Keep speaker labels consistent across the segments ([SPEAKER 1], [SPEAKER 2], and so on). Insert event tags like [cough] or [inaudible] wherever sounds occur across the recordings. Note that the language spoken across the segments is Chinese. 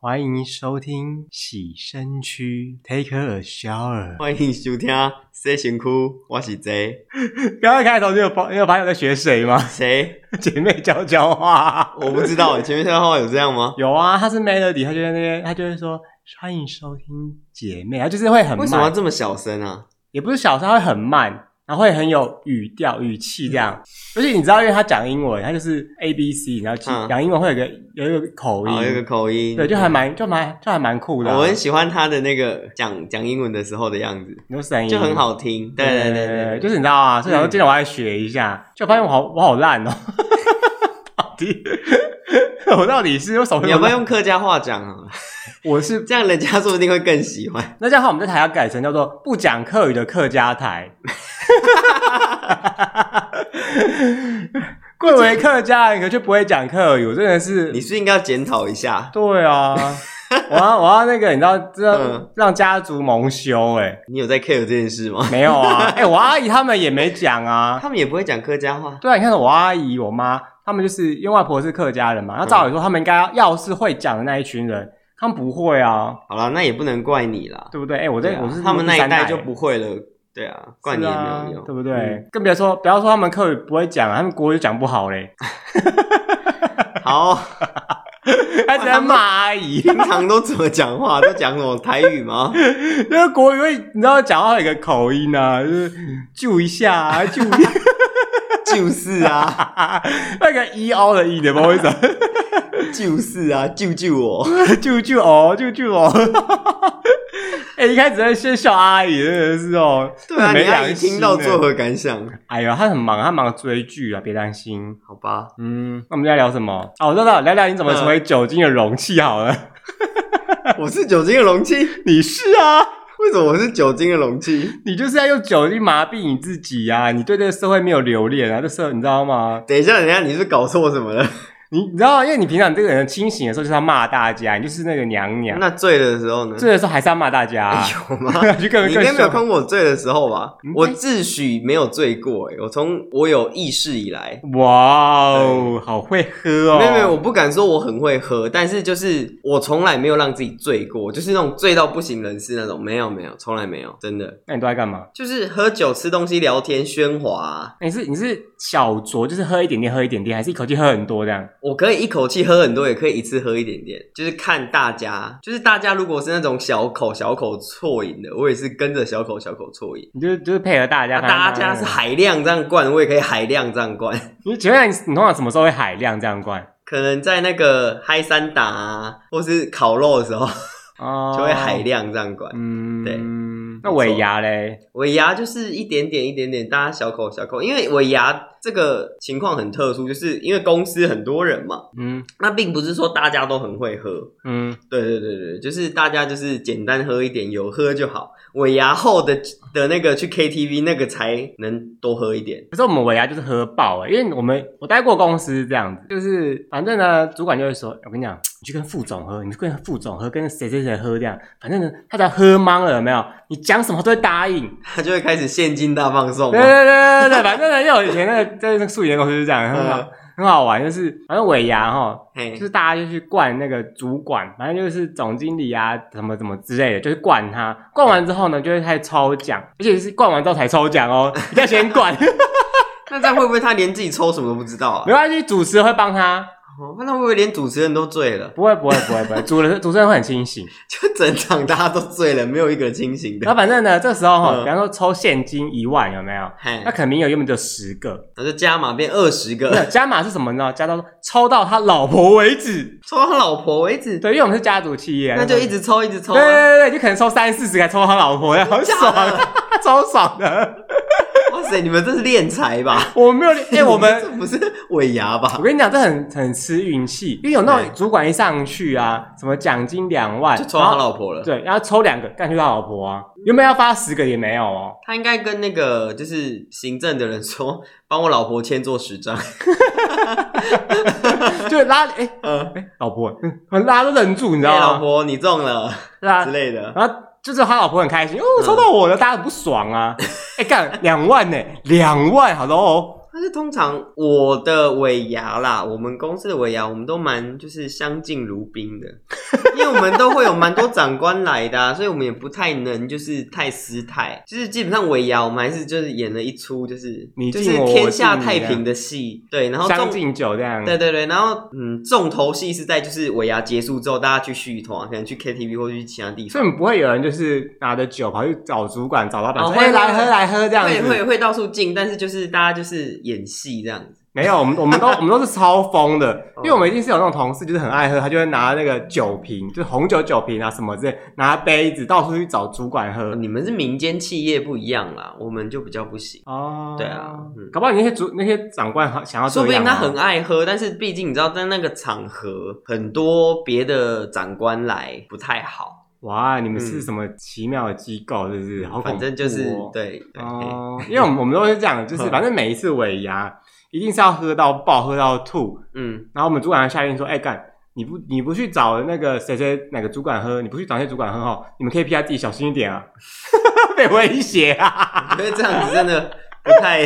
[SPEAKER 1] 欢迎收听洗身区 Take a shower。
[SPEAKER 2] 欢迎收听《洗身躯》，我是 J
[SPEAKER 1] 刚刚开头就有发，你有发现我在学谁吗？ [laughs]
[SPEAKER 2] 谁？
[SPEAKER 1] 姐妹悄悄话。
[SPEAKER 2] 我不知道，
[SPEAKER 1] [laughs]
[SPEAKER 2] 前面这段话有这样吗？
[SPEAKER 1] 有啊，她是 Melody，她就在那边，她就会说欢迎收听姐妹，她就是会很
[SPEAKER 2] 为什么要
[SPEAKER 1] 慢，
[SPEAKER 2] 这么小声啊？
[SPEAKER 1] 也不是小声，她会很慢，然后会很有语调、语气这样。而且你知道，因为她讲英文，她就是 A B C，然后其
[SPEAKER 2] 嗯
[SPEAKER 1] 讲英文会有一个有一个口
[SPEAKER 2] 哦，有个
[SPEAKER 1] 音，
[SPEAKER 2] 口音，
[SPEAKER 1] 对，就还蛮就蛮就还蛮酷的啊。
[SPEAKER 2] 我很喜欢他的那个讲讲英文的时候的样子，
[SPEAKER 1] 有声音
[SPEAKER 2] 就很。好听。对对对对，
[SPEAKER 1] 就是你知道啊，所以想说
[SPEAKER 2] 嗯
[SPEAKER 1] 今天我来学一下，就发现我好我好烂哦， [laughs] 到底我到底是有什么？
[SPEAKER 2] 你要不要用客家话讲啊？
[SPEAKER 1] 我是
[SPEAKER 2] 这样人家说不定会更喜欢。
[SPEAKER 1] 那这样的话，我们这台要改成叫做不讲客语的客家台。贵为客家人，可却不会讲客语，我真的是
[SPEAKER 2] 你是不是应该要检讨一下，
[SPEAKER 1] 对啊！我要我要那个，你知道，这样
[SPEAKER 2] 嗯
[SPEAKER 1] 让家族蒙羞哎、欸，
[SPEAKER 2] 你有在 care 这件事吗？
[SPEAKER 1] 没有啊，
[SPEAKER 2] [laughs]
[SPEAKER 1] 哎、我阿姨他们也没讲啊，
[SPEAKER 2] 他们也不会讲客家话，
[SPEAKER 1] 对啊，你看我阿姨、我妈，他们就是因为外婆是客家人嘛，那照理说他们应该要要是会讲的那一群人，他们不会啊，
[SPEAKER 2] 好啦，那也不能怪你啦。
[SPEAKER 1] 对不对？哎、我
[SPEAKER 2] 对
[SPEAKER 1] 这、
[SPEAKER 2] 啊
[SPEAKER 1] 我是
[SPEAKER 2] 他们那
[SPEAKER 1] 第三
[SPEAKER 2] 一代
[SPEAKER 1] 代
[SPEAKER 2] 就不会了，对啊，怪你也没有
[SPEAKER 1] 是啊
[SPEAKER 2] 用，
[SPEAKER 1] 对不对？
[SPEAKER 2] 嗯
[SPEAKER 1] 更别说不要说他们客语不会讲啊，他们国语讲不好
[SPEAKER 2] [laughs]
[SPEAKER 1] 嘞，
[SPEAKER 2] 好。
[SPEAKER 1] 还只能骂阿姨，
[SPEAKER 2] 平常都怎么讲话？都讲什么台语吗？
[SPEAKER 1] [laughs]
[SPEAKER 2] [laughs]
[SPEAKER 1] 因为国语会你知道讲话有一个口音啊，就是救一下啊，救一下，
[SPEAKER 2] 就是啊，
[SPEAKER 1] [laughs] 那个 e o 的 e 的，不好意思啊， [laughs]
[SPEAKER 2] 就是啊，救救我！
[SPEAKER 1] 救救哦，救救哦。 [laughs] 哎、一开始在先笑阿姨，真的是哦，
[SPEAKER 2] 对啊，
[SPEAKER 1] 没
[SPEAKER 2] 你阿
[SPEAKER 1] 良
[SPEAKER 2] 姨
[SPEAKER 1] 心
[SPEAKER 2] 听到
[SPEAKER 1] 欸
[SPEAKER 2] 作何感想？
[SPEAKER 1] 哎呀，他很忙，他忙追剧啊，别担心。
[SPEAKER 2] 好吧，
[SPEAKER 1] 嗯，那我们在聊什么？哦，我知道，聊聊你怎么成为酒精的容器好了。
[SPEAKER 2] [laughs] 我是酒精的容器，
[SPEAKER 1] 你是啊，
[SPEAKER 2] 为什么我是酒精的容器？
[SPEAKER 1] 你就是要用酒精麻痹你自己呀、啊！你对这个社会没有留恋啊，这社你知道吗？
[SPEAKER 2] 等一下，等一下，你是搞错什么了？
[SPEAKER 1] 你你知道，因为你平常你这个人清醒的时候就是要骂大家，你就是那个娘娘。
[SPEAKER 2] 那醉的时候呢？
[SPEAKER 1] 醉的时候还是要骂大家、啊，
[SPEAKER 2] 有
[SPEAKER 1] [laughs]
[SPEAKER 2] 吗？
[SPEAKER 1] 就更
[SPEAKER 2] 你应
[SPEAKER 1] 更
[SPEAKER 2] 该没有
[SPEAKER 1] 凶。
[SPEAKER 2] 看过我醉的时候吧
[SPEAKER 1] 嗯？
[SPEAKER 2] 我自诩没有醉过、欸，我从我有意识以来，
[SPEAKER 1] 哇哦，好会喝哦！
[SPEAKER 2] 哎没有没有，我不敢说我很会喝，但是就是我从来没有让自己醉过，就是那种醉到不省人事那种，没有没有，从来没有，真的
[SPEAKER 1] 那你都在干嘛？哎
[SPEAKER 2] 就是喝酒、吃东西、聊天、喧哗啊、
[SPEAKER 1] 你是你是小酌，就是喝一点点，喝一点点，还是一口气喝很多这样？
[SPEAKER 2] 我可以一口气喝很多，也可以一次喝一点点，就是看大家，就是大家如果是那种小口小口啜饮的，我也是跟着小口小口啜饮。
[SPEAKER 1] 你就就是配合大家，
[SPEAKER 2] 那大家是海量这样灌，我也可以海量这样灌。 [laughs]
[SPEAKER 1] 你请问一下你你通常什么时候会海量这样灌？
[SPEAKER 2] 可能在那个嗨三打啊，或是烤肉的时候，
[SPEAKER 1] 哦
[SPEAKER 2] 就会海。量这样灌。
[SPEAKER 1] 嗯，
[SPEAKER 2] 对。
[SPEAKER 1] 那尾牙嘞？
[SPEAKER 2] 尾牙就是一点点一点点，大家小口小口，因为尾牙这个情况很特殊，就是因为公司很多人嘛，
[SPEAKER 1] 嗯
[SPEAKER 2] 那并不是说大家都很会喝。
[SPEAKER 1] 嗯，
[SPEAKER 2] 对对对对，就是大家就是简单喝一点，有喝就好。尾牙后的的那个去 KTV 那个才能多喝一点。 [laughs]
[SPEAKER 1] 可是我们尾牙就是喝爆哎、因为我们我待过公司这样子，就是反正呢，主管就会说，我跟你讲，你去跟副总喝，你去跟副总喝，跟谁谁谁喝这样，反正呢，他只要喝懵了有没有？你讲什么他都会答应。
[SPEAKER 2] 他就会开始现金大放送
[SPEAKER 1] 对
[SPEAKER 2] 嘛。
[SPEAKER 1] 对对对对，反正呢，因为我以前那个在那个素颜公司是这样，很好
[SPEAKER 2] 嗯
[SPEAKER 1] 很好玩，就是反正尾牙哈，
[SPEAKER 2] 嘿
[SPEAKER 1] 就是大家就去灌那个主管，反正就是总经理啊，什么什么之类的，就是灌他。灌完之后呢，就会开始抽奖，而且是灌完之后才抽奖哦， [laughs] 你要先
[SPEAKER 2] [laughs]
[SPEAKER 1] 灌。
[SPEAKER 2] 那这样会不会他连自己抽什么都不知道啊
[SPEAKER 1] 没？关系，主持人会帮他，
[SPEAKER 2] 哦那会不会连主持人都醉了？ [laughs]
[SPEAKER 1] 不会不会不会不会，主人主持人会很清醒。
[SPEAKER 2] 就整场大家都醉了，没有一个人清醒
[SPEAKER 1] 然
[SPEAKER 2] 的。
[SPEAKER 1] 后反正呢，这时候哈、
[SPEAKER 2] 嗯
[SPEAKER 1] 比方说抽现金一万有没有？
[SPEAKER 2] 嘿
[SPEAKER 1] 那，可能名额原本只有十个，
[SPEAKER 2] 那就加码变二十个
[SPEAKER 1] 没。有加码是什么呢？加到抽到他老婆为止。
[SPEAKER 2] 抽他老婆为止，
[SPEAKER 1] 对，因为我们是家族企业，啊
[SPEAKER 2] 那就一直抽一直抽、
[SPEAKER 1] 对
[SPEAKER 2] 啊。
[SPEAKER 1] 对对对，就可能抽三四十个，还抽到他老婆，好爽，超爽的。
[SPEAKER 2] 哇塞，你们这是练财吧？
[SPEAKER 1] 我
[SPEAKER 2] [laughs]
[SPEAKER 1] 没有，哎、我们
[SPEAKER 2] 这不是尾牙
[SPEAKER 1] 我
[SPEAKER 2] 吧？
[SPEAKER 1] 跟你讲，这很很吃运气，因为有那种
[SPEAKER 2] 对
[SPEAKER 1] 主管一上去啊，什么奖金两万，
[SPEAKER 2] 就抽他
[SPEAKER 1] 然后
[SPEAKER 2] 老婆了。
[SPEAKER 1] 对，然后抽两个干去他老婆啊，原本要发十个也没有
[SPEAKER 2] [laughs]
[SPEAKER 1] 哦，
[SPEAKER 2] 他应该跟那个就是行政的人说，帮我老婆签做十张。
[SPEAKER 1] 就拉哎、
[SPEAKER 2] 呃，
[SPEAKER 1] 老婆，嗯拉都忍住，你知道
[SPEAKER 2] 哎，
[SPEAKER 1] 吗？啊
[SPEAKER 2] 老婆你中了
[SPEAKER 1] 拉
[SPEAKER 2] 之，类嗯的，
[SPEAKER 1] 然后就是他老婆很
[SPEAKER 2] [laughs]
[SPEAKER 1] 开心，哦，抽到我了，大家很不爽啊，哎、干两万呢、两万，好了哦，
[SPEAKER 2] 但是通常我的尾牙啦，我们公司的尾牙，我们都蛮就是相敬如宾的，因为我们都会有蛮多长官来的、啊，所以我们也不太能就是太失态，就是基本上尾牙我们还是就是演了一出就是
[SPEAKER 1] 你
[SPEAKER 2] 就
[SPEAKER 1] 敬
[SPEAKER 2] 是
[SPEAKER 1] 我
[SPEAKER 2] 天
[SPEAKER 1] 我
[SPEAKER 2] 下
[SPEAKER 1] 敬你啊
[SPEAKER 2] 太
[SPEAKER 1] 这
[SPEAKER 2] 平
[SPEAKER 1] 样
[SPEAKER 2] 的戏，对，然后
[SPEAKER 1] 将
[SPEAKER 2] 重
[SPEAKER 1] 进酒这样。
[SPEAKER 2] 对对对，然后嗯，重头戏是在就是尾牙结束之后，大家去续团，可能去 KTV 或者去其他地
[SPEAKER 1] 所
[SPEAKER 2] 方，
[SPEAKER 1] 以你不会有人就是拿着酒跑去找主管、找老板
[SPEAKER 2] 哦
[SPEAKER 1] 说：“
[SPEAKER 2] 会
[SPEAKER 1] 哎，来
[SPEAKER 2] 会
[SPEAKER 1] 喝，来喝。”这样
[SPEAKER 2] 会会
[SPEAKER 1] 子
[SPEAKER 2] 会到处进，但是就是大家就是演戏这样子。
[SPEAKER 1] 没有，我们我们都我们都是超疯
[SPEAKER 2] [laughs]
[SPEAKER 1] 的，因为
[SPEAKER 2] 哦
[SPEAKER 1] 我们一定是有那种同事就是很爱喝，他就会拿那个酒瓶，就是红酒酒瓶啊什么之类，拿杯子到处去找主管喝。
[SPEAKER 2] 你们是民间企业不一样啦，我们就比较不行。
[SPEAKER 1] 哦，
[SPEAKER 2] 对啊嗯
[SPEAKER 1] 搞不好你那些主那些长官想要这
[SPEAKER 2] 说
[SPEAKER 1] 样啊，
[SPEAKER 2] 不定他很爱喝，但是毕竟你知道，在那个场合，很多别的长官来不太好。
[SPEAKER 1] 哇，你们
[SPEAKER 2] 嗯
[SPEAKER 1] 是什么奇妙的机构，是不是？好恐怖哦
[SPEAKER 2] 反正就是对对，嗯
[SPEAKER 1] 哦，因为我们我们都是这样，就是反正每一次尾牙一定是要喝到爆，喝到吐，
[SPEAKER 2] 嗯，
[SPEAKER 1] 然后我们主管还下令说：“哎、干，你不你不去找那个谁谁哪个主管喝，你不去找那些主管喝哈，你们 KPI 自己小心一点啊， [laughs] 被威胁
[SPEAKER 2] [laughs]
[SPEAKER 1] 啊。
[SPEAKER 2] 因为这样子真的不太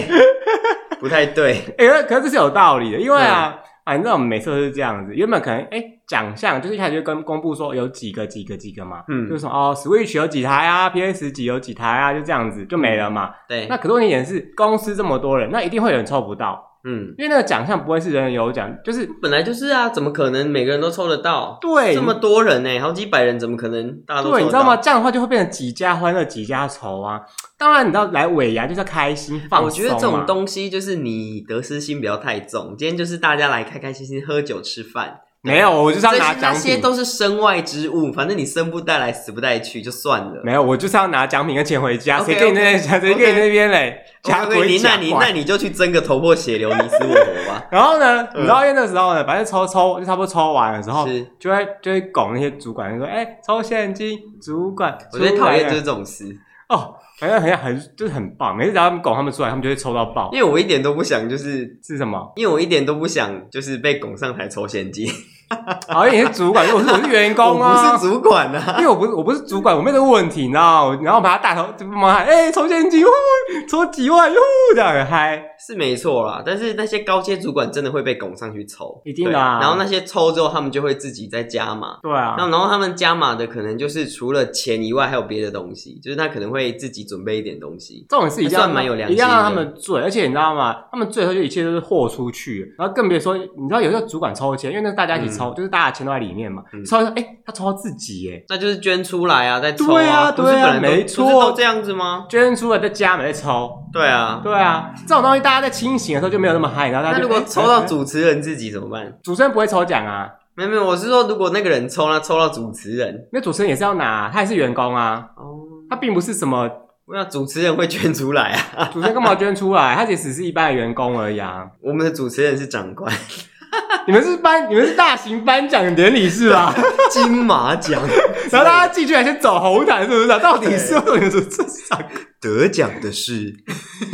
[SPEAKER 2] 不太对。
[SPEAKER 1] [laughs] 哎，可可是这是有道理的，因为啊，反正我们每次都是这样子，原本可能哎奖项就是一开始就跟公布说有几个几个几个嘛。”
[SPEAKER 2] 嗯
[SPEAKER 1] 就是，说哦，Switch 有几台啊，PS 几有几台啊，就这样子就没了嘛。
[SPEAKER 2] 嗯对，
[SPEAKER 1] 那可是问题也是，公司这么多人，那一定会有人抽不到，
[SPEAKER 2] 嗯，
[SPEAKER 1] 因为那个奖项不会是人人有奖，就是
[SPEAKER 2] 本来就是啊，怎么可能每个人都抽得到？
[SPEAKER 1] 对
[SPEAKER 2] 这么多人呢、好几百人，怎么可能大家都抽
[SPEAKER 1] 对，
[SPEAKER 2] 得到？
[SPEAKER 1] 你知道吗？？这样的话就会变成几家欢乐几家愁啊。当然，你知道来尾牙就是要开心放松、啊
[SPEAKER 2] 我觉得这种，东西就是你得失心不要太重。今天就是大家来开开心心喝酒吃饭，
[SPEAKER 1] 没有，我就是要
[SPEAKER 2] 这
[SPEAKER 1] 拿
[SPEAKER 2] 些
[SPEAKER 1] 奖
[SPEAKER 2] 那些
[SPEAKER 1] 品。
[SPEAKER 2] 都是身外之物，反正你生不带来，死不带去，就算了。
[SPEAKER 1] 没有，我就是要拿奖品跟钱回家。
[SPEAKER 2] OK，
[SPEAKER 1] 谁跟你那边，谁跟你
[SPEAKER 2] OK
[SPEAKER 1] 那边嘞？假
[SPEAKER 2] OK，
[SPEAKER 1] 鬼
[SPEAKER 2] 你
[SPEAKER 1] 假
[SPEAKER 2] 那你那
[SPEAKER 1] 怪。
[SPEAKER 2] 你就去争个头破血流，你死我
[SPEAKER 1] [laughs]
[SPEAKER 2] 活吧。
[SPEAKER 1] 然后呢，
[SPEAKER 2] 嗯
[SPEAKER 1] 你知道因为那时候呢，反正抽抽就差不多抽完的时候，
[SPEAKER 2] 是，
[SPEAKER 1] 就会就会拱那些主管，就说：“哎、抽现金，主管。”
[SPEAKER 2] 我最讨厌就
[SPEAKER 1] 出来了
[SPEAKER 2] 是这种事，
[SPEAKER 1] 哦，反正很很就是很棒。每次只要他们拱他们出来，他们就会抽到
[SPEAKER 2] [laughs]
[SPEAKER 1] 爆。
[SPEAKER 2] 因为我一点都不想，就是
[SPEAKER 1] 是什么？
[SPEAKER 2] 因为我一点都不想，就是被拱上台抽现金。
[SPEAKER 1] 好像你是主管，因为我是我是员工啊，
[SPEAKER 2] 我不是主管啊 [laughs]
[SPEAKER 1] 因，为我不是我不是主管，我没有这个问题，你知道吗？然后把他大头就妈喊，哎、抽现金，呼，抽几万，呼，这样很嗨。
[SPEAKER 2] 是没错啦，但是那些高阶主管真的会被拱上去抽，
[SPEAKER 1] 一定的啊
[SPEAKER 2] 对然后那些抽之后，他们就会自己再加码。
[SPEAKER 1] 对啊，
[SPEAKER 2] 那然后他们加码的可能就是除了钱以外，还有别的东西，就是他可能会自己准备一点东西。
[SPEAKER 1] 这种事一定要
[SPEAKER 2] 还算蛮有良
[SPEAKER 1] 一
[SPEAKER 2] 心的
[SPEAKER 1] 定要让他们醉，而且你知道吗？他们醉的时候就一切都是豁出去，然后更别说你知道有时候主管抽签，因为那是大家一起抽，就是大家钱都在里面嘛，
[SPEAKER 2] 嗯
[SPEAKER 1] 抽一抽，哎、他抽到自己，哎，
[SPEAKER 2] 那就是捐出来啊，再抽
[SPEAKER 1] 对啊
[SPEAKER 2] 不是
[SPEAKER 1] 对啊
[SPEAKER 2] 本来都
[SPEAKER 1] 没错
[SPEAKER 2] 不是都这样子吗？
[SPEAKER 1] 捐出来再加码再抽，
[SPEAKER 2] 对啊。
[SPEAKER 1] 对啊，这种东西大家在清醒的时候就没有那么嗨，然后大家
[SPEAKER 2] 那
[SPEAKER 1] 就
[SPEAKER 2] 如果
[SPEAKER 1] 哎
[SPEAKER 2] 抽到
[SPEAKER 1] 哎
[SPEAKER 2] 主持人自己怎么办？
[SPEAKER 1] 主持人不会抽奖啊，
[SPEAKER 2] 没有没有，我是说，如果那个人抽，那抽到主持人
[SPEAKER 1] 因为主持人也是要拿，他也是员工啊，
[SPEAKER 2] 哦，
[SPEAKER 1] 他并不是什么
[SPEAKER 2] 那主持人会捐出来啊。
[SPEAKER 1] 主持人干嘛捐出来？他也只是一般的员工而已啊。 [laughs]
[SPEAKER 2] 我们的主持人是长官，
[SPEAKER 1] 你们是颁，你们是大型颁奖典礼是
[SPEAKER 2] [laughs]
[SPEAKER 1] 吧？
[SPEAKER 2] 金马奖，
[SPEAKER 1] 然后大家进去还先走红毯，是不是、啊？到底是为什么你们主持人？
[SPEAKER 2] 得奖的是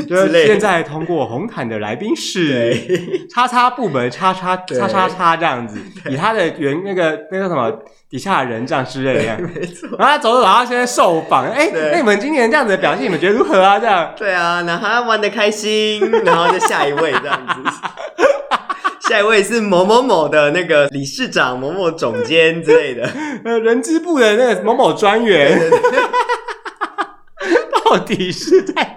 [SPEAKER 1] 就
[SPEAKER 2] 之类
[SPEAKER 1] 是
[SPEAKER 2] 的
[SPEAKER 1] 现在通过红毯的来宾是 [laughs] 叉叉部门叉叉
[SPEAKER 2] 对
[SPEAKER 1] 叉叉叉这样子，以他的原那个那个什么底下的人这样之类的。
[SPEAKER 2] [laughs] 没错，
[SPEAKER 1] 然后他走走，然后现在受访，哎、
[SPEAKER 2] 对
[SPEAKER 1] 那你们今年这样子的表现，你们觉得如何啊？这 [laughs] 样
[SPEAKER 2] 对啊，然后他玩的开心，然后就下一位这样子，下一位是某某某的那个理事长、某某总监之类的，
[SPEAKER 1] 呃，人资部的那个某某专员， [laughs] 到底是在？